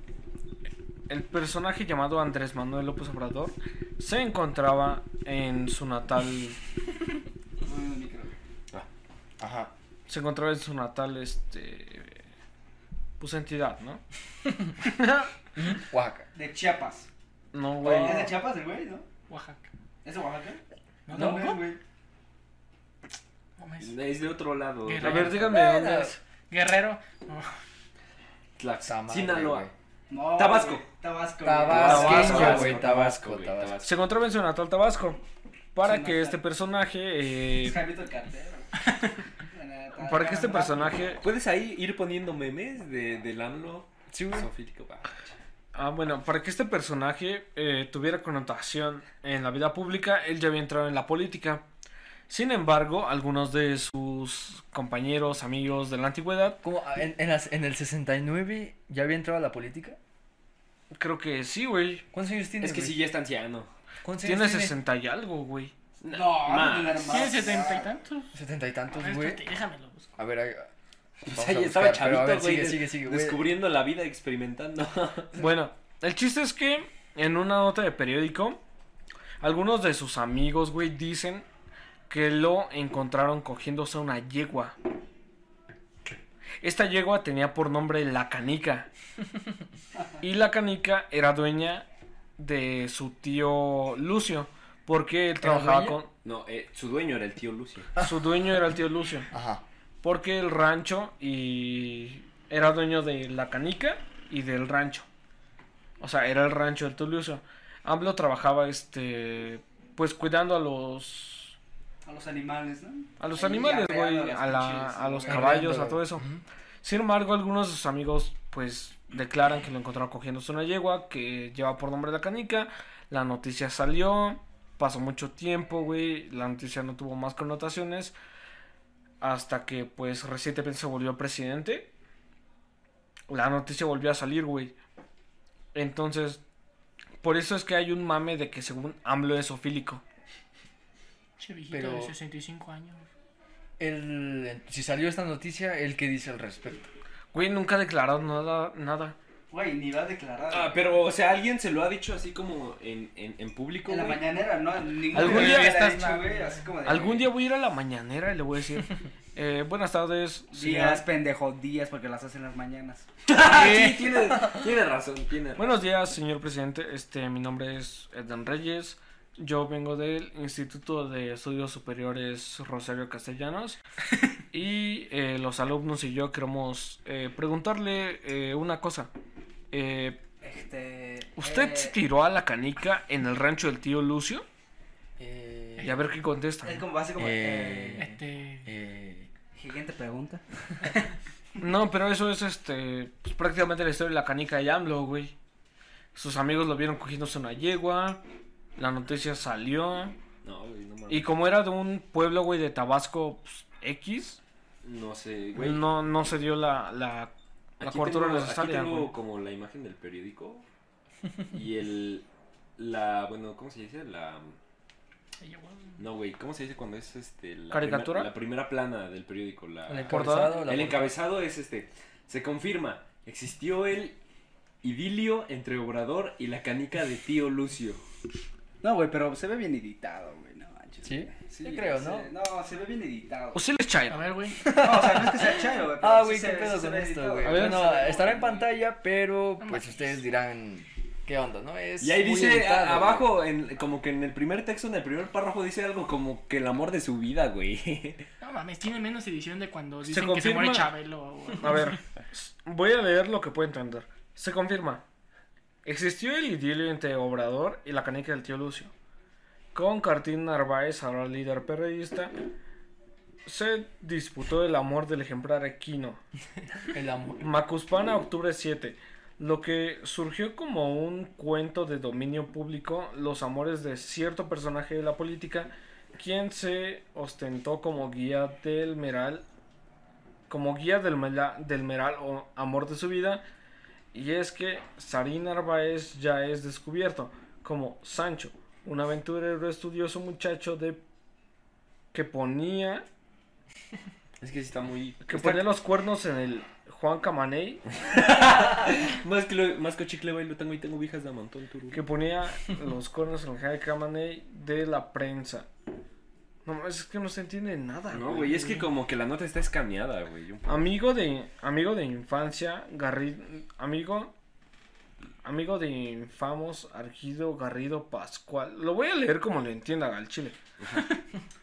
S1: el personaje llamado Andrés Manuel López Obrador se encontraba en su natal.
S3: Bueno, micro.
S4: Ajá.
S1: Se encontraba en su natal, este. Pues entidad, ¿no?
S2: Oaxaca.
S3: De Chiapas.
S1: No, güey.
S3: ¿Es de Chiapas el güey, no?
S5: Oaxaca.
S3: ¿Es de Oaxaca?
S5: No,
S3: no,
S5: no,
S3: es, güey.
S5: Mames.
S4: Es de otro lado.
S5: Guerrero.
S1: A ver, díganme dónde es.
S5: Guerrero. No.
S2: Esa madre,
S4: Sinaloa.
S2: güey.
S3: No,
S4: Tabasco.
S3: güey. Tabasco. güey.
S2: Tabasqueño,
S1: Tabasco,
S2: güey,
S4: Tabasco,
S2: Tabasco,
S4: güey,
S2: Tabasco.
S1: Se encontraba en su natal Tabasco. Para
S3: Su
S1: que
S3: natal.
S1: este personaje. eh,
S3: Es Javito el cartero. güey.
S1: para que este personaje.
S4: ¿Puedes ahí ir poniendo memes de, del AMLO?
S2: Sí, güey.
S4: Zoofílico, va.
S1: Ah, bueno, para que este personaje eh, tuviera connotación en la vida pública, él ya había entrado en la política. Sin embargo, algunos de sus compañeros, amigos de la antigüedad,
S2: ¿Cómo? Ah, ¿En, en las- en el 69 ya había entrado a la política?
S1: creo que sí, güey.
S2: ¿Cuántos años tiene?
S4: Es que
S2: güey?
S4: sí, ya está anciano.
S2: ¿Cuántos
S1: Tiene
S2: años
S1: 60 y algo, güey.
S3: Ah, No,
S4: Ma.
S3: no, no,
S5: Tiene setenta y tantos.
S2: Setenta y tantos, güey.
S5: Espérate, déjamelo. busco.
S2: A ver, ahí-
S4: O
S2: vamos
S4: sea,
S2: a
S4: ya
S2: buscar,
S4: estaba
S2: pero a
S4: chavito,
S2: ver,
S4: güey.
S2: Sigue,
S4: de-
S2: sigue, sigue, güey.
S4: Descubriendo la vida, experimentando.
S1: Bueno, el chiste es que en una nota de periódico, algunos de sus amigos, güey, dicen que lo encontraron cogiéndose a una yegua. Esta yegua tenía por nombre La Canica. Y La Canica era dueña de su tío Lucio, porque él trabajaba
S2: dueña?
S1: con...
S4: No, eh, su dueño era el tío Lucio.
S1: Su dueño era el tío Lucio.
S2: Ajá.
S1: Porque el rancho y era dueño de la canica y del rancho. O sea, era el rancho del Tuluso. AMLO trabajaba este pues cuidando a los
S3: A los animales, ¿no?
S1: a los
S3: Ahí
S1: animales,
S3: arreando
S1: güey,
S3: las
S1: a, la-
S3: pinches,
S1: a los
S3: güey.
S1: caballos, a
S2: Arreando.
S1: todo eso. Sin embargo, algunos de sus amigos pues declaran que lo encontraron cogiéndose una yegua que lleva por nombre la canica. La noticia salió, pasó mucho tiempo, güey, la noticia no tuvo más connotaciones hasta que pues recientemente se volvió presidente. La noticia volvió a salir, güey. Entonces, por eso es que hay un mame de que según AMLO es ofílico.
S5: Che viejito
S2: Pero-
S5: de 65 años.
S2: El, si salió esta noticia, ¿el qué dice al respecto?
S1: Güey, nunca ha declarado nada, nada.
S3: Güey, ni va a declarar.
S4: Ah,
S3: güey.
S4: pero, o sea, alguien se lo ha dicho así como en, en, en público.
S3: En la
S4: güey?
S3: mañanera, ¿no? Ningún
S1: Algún día
S3: periodista le ha
S1: estás-
S3: dicho, güey, así como de,
S1: Algún
S3: güey,
S1: día voy a ir a la mañanera y le voy a decir, eh, buenas tardes,
S3: Días,
S1: señor.
S3: pendejo, días, porque las hacen las mañanas.
S4: Ah, sí, tiene, tiene razón, tiene razón.
S1: Buenos días, señor presidente. Este, mi nombre es Eddan Reyes. Yo vengo del Instituto de Estudios Superiores Rosario Castellanos y eh, los alumnos y yo queremos eh, preguntarle eh, una cosa. Eh,
S3: Este.
S1: ¿Usted
S3: eh,
S1: se tiró a la canica en el rancho del tío Lucio? Y a ver qué contesta.
S3: eh, Es como, hace como.
S2: Eh,
S3: eh,
S5: Este.
S2: Eh,
S3: Siguiente pregunta.
S1: No, pero eso es este. pues, prácticamente la historia de la canica de AMLO, güey. Sus amigos lo vieron cogiéndose una yegua. La noticia salió.
S4: No, güey, no mames.
S1: Y como era de un pueblo, güey, de Tabasco pues, X,
S4: No sé, güey.
S1: no, no se dio la, la, la
S4: Aquí
S1: cobertura
S4: tengo-
S1: necesaria,
S4: Aquí tengo
S1: güey.
S4: como la imagen del periódico y el la bueno, ¿cómo se dice? La
S5: ella, güey.
S4: no, güey, ¿cómo se dice cuando es este la
S1: ¿Caricatura?
S4: primer- la primera plana del periódico, la
S2: el
S1: portada?
S2: encabezado. la
S4: el
S2: por-
S4: encabezado es este. Se confirma, existió el idilio entre Obrador y la canica de tío Lucio.
S3: No, güey, pero se ve bien editado, güey, no manches.
S2: ¿Sí?
S3: güey.
S2: Yo creo,
S3: se-
S2: ¿no?
S3: No, se ve bien editado.
S1: O Pues sí les
S5: A
S1: chaira.
S5: ver, güey.
S3: No, o sea, no es que sea chairo, güey. pero
S2: Ah,
S3: sí
S2: güey,
S3: se
S2: qué
S3: ve-
S2: pedo
S3: sí se
S2: con
S3: ve
S2: esto,
S3: editado,
S2: güey.
S1: A ver,
S2: Bueno,
S3: Se ve-
S2: estará en pantalla, pero
S5: No
S2: pues
S5: manches.
S2: ustedes dirán ¿Qué onda, no? Es
S4: Y ahí
S2: muy
S4: dice
S2: limitado,
S4: a-
S2: güey.
S4: abajo, en- como que en el primer texto, en el primer párrafo, dice algo como que el amor de su vida, güey.
S5: No mames, tiene menos edición de cuando
S1: Se
S5: dicen que se
S1: confirma-
S5: muere Chabelo. o-
S1: A ver, voy a leer lo que puedo entender. Se confirma. Existió el idilio entre Obrador y la canica del tío Lucio. Con Cartín Narváez, ahora líder periodista, se disputó el amor del ejemplar equino.
S2: El amor.
S1: Macuspana, octubre 7. Lo que surgió como un cuento de dominio público, los amores de cierto personaje de la política, quien se ostentó como guía del Meral, como guía del, mela- del Meral o amor de su vida, y es que Sarín Narváez ya es descubierto como Sancho, un aventurero estudioso muchacho de que ponía
S4: Es que sí está muy.
S1: que
S4: está-
S1: ponía los cuernos en el Juan Camaney
S4: Más que, lo- más que chicle bailo tengo y tengo viejas de amantón tururu.
S1: que ponía los cuernos en Jaime Camaney de la prensa. No, es que no se entiende nada.
S4: No, güey, es que como que la nota está escaneada, güey. un poco.
S1: Amigo de amigo de infancia, Garrido, amigo amigo de infamos Argido Garrido Pascual. Lo voy a leer como lo entienda al chile.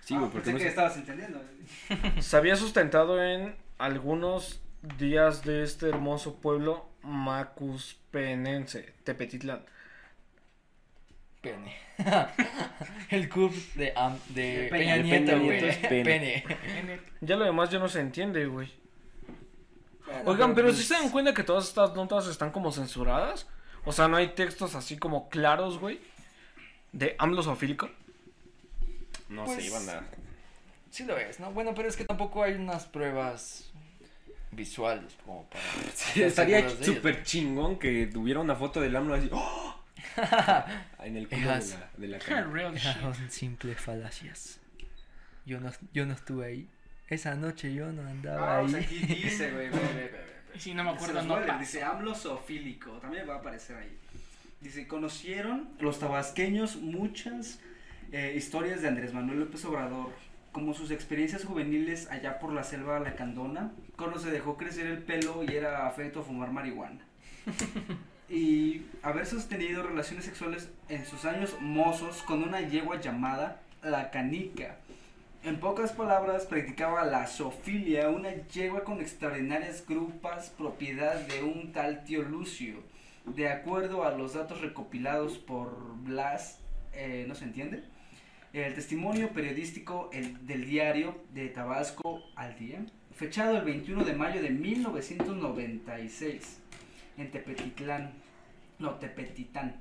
S4: Sí, güey, porque
S3: pensé
S4: no
S3: que
S4: sé-
S3: estabas entendiendo. güey.
S1: Se había sustentado en algunos días de este hermoso pueblo macuspenense, Tepetitlán.
S2: Pene. el club de, am- de
S3: De
S2: Peña,
S3: Peña-
S4: de
S2: Nieto,
S4: Peña
S2: güey.
S4: Nieto es pene.
S1: Ya lo demás ya no se entiende, güey.
S2: Bueno,
S1: Oigan, pero
S2: pues,
S1: si se dan cuenta que todas estas notas están como censuradas. O sea, no hay textos así como claros, güey. De AMLO zoofílico.
S4: No
S2: Pues-
S4: sé, iban a.
S2: Sí lo es, ¿no? Bueno, pero es que tampoco hay unas pruebas visuales como para... estar
S4: Estaría
S2: seguros de ellas.
S4: súper chingón que tuviera una foto del AMLO así. ¡oh! en el culo de
S2: Ejas.
S4: la, de la
S5: Ah,
S4: cama.
S5: Real shit.
S2: Son simples falacias. Yo no, yo no estuve ahí. Esa noche yo no andaba
S3: Ah, o sea,
S2: ahí.
S3: aquí dice, güey, güey, güey, güey, güey.
S5: Y si no me
S3: Se
S5: acuerdo,
S3: los
S5: no
S3: voy a leer,
S5: pasa.
S3: Dice AMLO zoofílico, también va a aparecer ahí. Dice, conocieron los tabasqueños muchas eh, historias de Andrés Manuel López Obrador, como sus experiencias juveniles allá por la selva lacandona, cuando se dejó crecer el pelo y era afecto a fumar marihuana. y haber sostenido relaciones sexuales en sus años mozos con una yegua llamada la canica. En pocas palabras, practicaba la zoofilia, una yegua con extraordinarias grupas propiedad de un tal tío Lucio. De acuerdo a los datos recopilados por Blas, eh, ¿no se entiende? El testimonio periodístico el- del diario de Tabasco al día, fechado el 21 de mayo de 1996, en Tepetitlán, no, Tepetitán.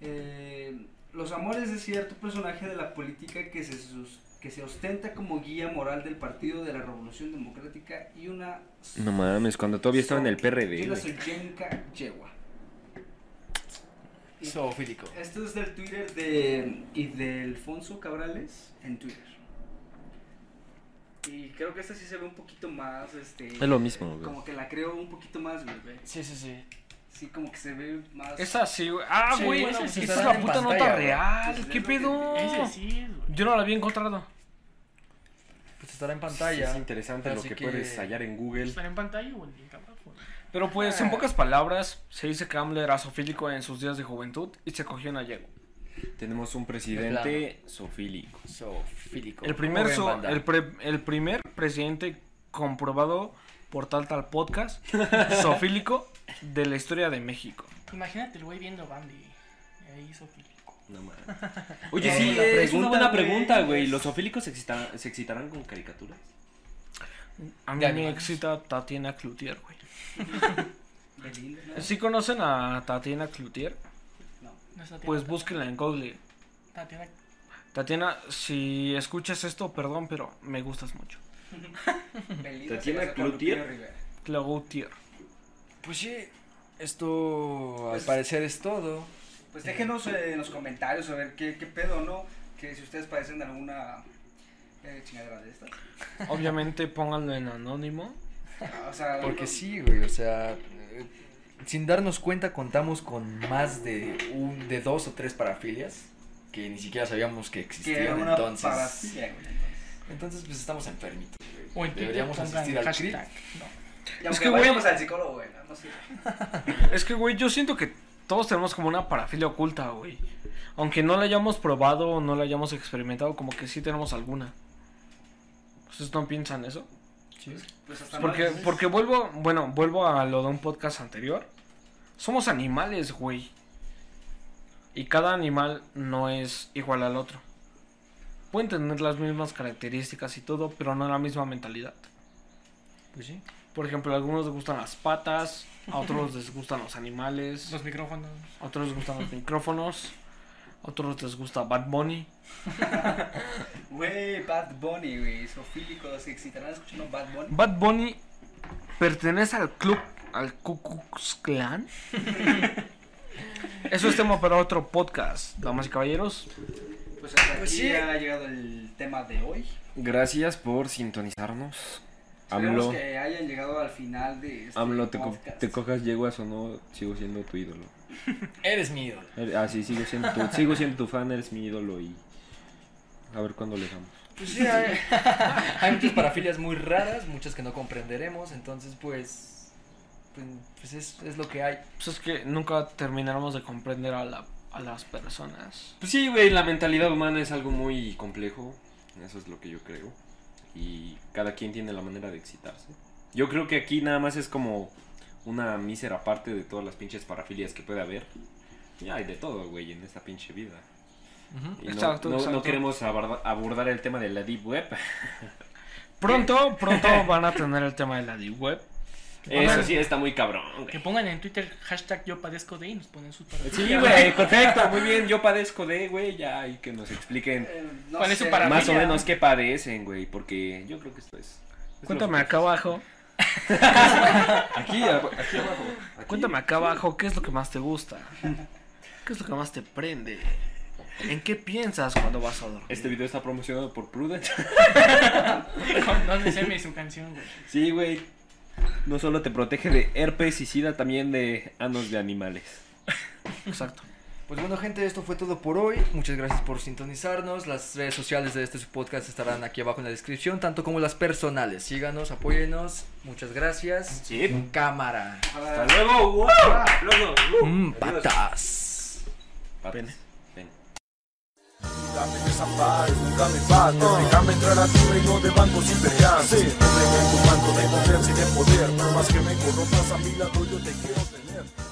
S3: Eh, los amores de cierto personaje de la política que se, sus- que se ostenta como guía moral del Partido de la Revolución Democrática y una...
S4: No mames, cuando todavía estaba en el
S3: y
S4: PRD,
S3: una
S4: güey.
S3: soyenca yegua. Y-
S2: Zoofílico.
S3: esto es del Twitter de y de Alfonso Cabrales en Twitter. Y creo que esta sí se ve un poquito más, este.
S4: Es lo mismo, güey.
S3: Como que la creo un poquito más, güey. güey.
S5: Sí, sí, sí.
S3: Sí, como que se ve más.
S1: Es así, güey. Ah,
S5: Sí,
S1: güey.
S5: bueno,
S1: esa
S5: sí,
S1: es
S2: está
S1: la
S2: pues, en
S1: puta
S2: pantalla,
S1: nota
S2: güey.
S1: real.
S3: Pues,
S1: ¿Qué
S3: es lo que
S1: pedo?
S5: Ese sí es, güey.
S1: Yo no la había encontrado.
S2: Pues estará en
S4: Sí,
S2: pantalla.
S4: es interesante lo
S2: Así
S4: que,
S2: que-
S4: puedes hallar en Google.
S5: ¿Estará en pantalla o en link abajo?
S1: Pero pues,
S2: Ah.
S1: en pocas palabras, se dice que AMLO era zoofílico en sus días de juventud y se cogió una yegua.
S4: Tenemos un presidente zoofílico.
S2: Zoofílico.
S1: El primer,
S2: Joven
S1: so-
S2: banda.
S1: el, pre- el primer presidente comprobado por tal tal podcast zoofílico de la historia de México.
S5: Imagínate el güey viendo Bambi. Ahí zoofílico.
S4: No mames. Oye,
S3: No,
S4: sí,
S3: Eh, la
S4: es una
S3: pregunta,
S4: buena
S3: güey.
S4: pregunta, güey. ¿Los zoofílicos se, excita- se excitarán con caricaturas?
S1: A mí
S2: De
S1: me
S2: animales.
S1: excita Tatiana Cloutier, güey.
S3: Belinda, ¿no?
S1: ¿Sí conocen a Tatiana Cloutier?
S5: No es Tatiana-
S1: Pues búsquenla en Google.
S5: Tatiana-
S1: Tatiana, si escuchas esto, perdón, pero me gustas mucho.
S3: Belinda se
S4: ¿Tatiana
S3: casa con
S4: Cloutier?
S3: Lupillo Rivera.
S1: Cloutier.
S2: Pues sí, esto al
S3: Pues-
S2: parecer es todo.
S3: Pues déjenos eh, en los comentarios a ver qué, qué pedo, ¿no? Que si ustedes padecen de alguna eh, chingadera de estas.
S1: Obviamente pónganlo en anónimo.
S3: Ah, O sea,
S2: Porque
S3: no-
S2: sí, güey, o sea, eh, sin darnos cuenta contamos con más de un, de dos o tres parafilias que ni siquiera sabíamos que
S3: Que era
S2: existían,
S3: una
S2: entonces,
S3: parafilia, güey, entonces.
S2: entonces pues estamos enfermitos, güey.
S5: O en Twitter
S2: Deberíamos
S5: pongan
S2: asistir al
S5: hashtag.
S2: CRIP.
S3: Y
S1: Es
S3: aunque
S1: que, güey-
S3: vayamos al psicólogo, güey, no, no sé.
S1: Es que, güey, yo siento que todos tenemos como una parafilia oculta, güey. Aunque no la hayamos probado o no la hayamos experimentado, como que sí tenemos alguna. ¿Ustedes no piensan eso?
S3: Pues hasta
S1: Porque,
S3: más-
S1: porque vuelvo, bueno, vuelvo a lo de un podcast anterior. Somos animales, güey. Y cada animal no es igual al otro. Pueden tener las mismas características y todo, pero no la misma mentalidad.
S2: Pues sí.
S1: Por ejemplo, a algunos les gustan las patas, a otros les gustan los animales,
S5: Los micrófonos.
S1: a otros les gustan los micrófonos, a otros les gusta Bad Bunny.
S3: Güey, Bad Bunny, güey. Sofílicos se excitarán escuchando Bad Bunny.
S1: Bad Bunny pertenece al club, al Ku Klux Klan. Eso es tema para otro podcast, damas y caballeros.
S3: Pues hasta
S2: Pues
S3: aquí
S2: sí.
S3: ya ha llegado el tema de hoy.
S4: Gracias por sintonizarnos.
S3: Esperemos
S4: AMLO,
S3: que hayan llegado al final de este
S4: AMLO te, co-
S3: podcast.
S4: te cojas yeguas o no, sigo siendo tu ídolo.
S2: Eres mi ídolo.
S4: Eres- Ah, sí, sigo siendo tu, sigo siendo tu fan, eres mi ídolo y... A ver cuándo le damos.
S2: Pues sí, hay, hay muchas parafilias muy raras, muchas que no comprenderemos, entonces pues, pues, pues es, es lo que hay.
S1: Pues es que nunca terminaremos de comprender a, la- a las personas.
S4: Pues sí, güey, la mentalidad humana es algo muy complejo. Eso es lo que yo creo. Y cada quien tiene la manera de excitarse. Yo creo que aquí nada más es como una mísera parte de todas las pinches parafilias que puede haber. Y hay de todo, güey, en esta pinche vida. Y no-
S1: Exacto,
S4: no, no
S1: exacto.
S4: queremos aborda- abordar el tema de la deep web.
S1: Pronto, pronto van a tener el tema de la Deep Web.
S4: Eso sí está muy cabrón,
S5: Que
S4: güey.
S5: pongan en Twitter hashtag yo padezco de y nos ponen sus parafilias.
S4: Sí, güey, perfecto, muy bien. Yo padezco de, güey, ya, y que nos expliquen
S3: Eh, no
S5: ¿Cuál es su
S3: sé,
S5: parafilia?
S4: más o menos qué padecen, güey, porque yo creo que esto es. es lo
S1: Cuéntame
S4: que-
S1: acá abajo,
S4: Aquí, ab- aquí abajo. aquí.
S1: cuéntame acá abajo qué es lo que más te gusta. ¿Qué es lo que más te prende? ¿En qué piensas cuando vas a dormir?
S4: Este video está promocionado por Prudence.
S5: Con Don SM y su canción, güey.
S4: Sí, güey. No solo te protege de herpes y sida, también de anos de animales.
S1: Exacto.
S2: Pues bueno gente, esto fue todo por hoy. Muchas gracias por sintonizarnos. Las redes sociales de este podcast estarán aquí abajo en la descripción, tanto como las personales. Síganos, apóyenos. Muchas gracias.
S4: Sí.
S2: Cámara.
S3: Ojalá-
S4: Hasta luego. ¡Wow! Luego. ¡wow!
S2: Mm,
S4: Adiós.
S2: patas.
S4: Patas.
S1: Pene.
S4: Ven.
S8: Dame esa paz, nunca me falta. Déjame entrar a tu reino de banco sin percance. Entrega en tu manto de confianza y de poder. Por más que me corrompas a mi lado, yo te quiero tener.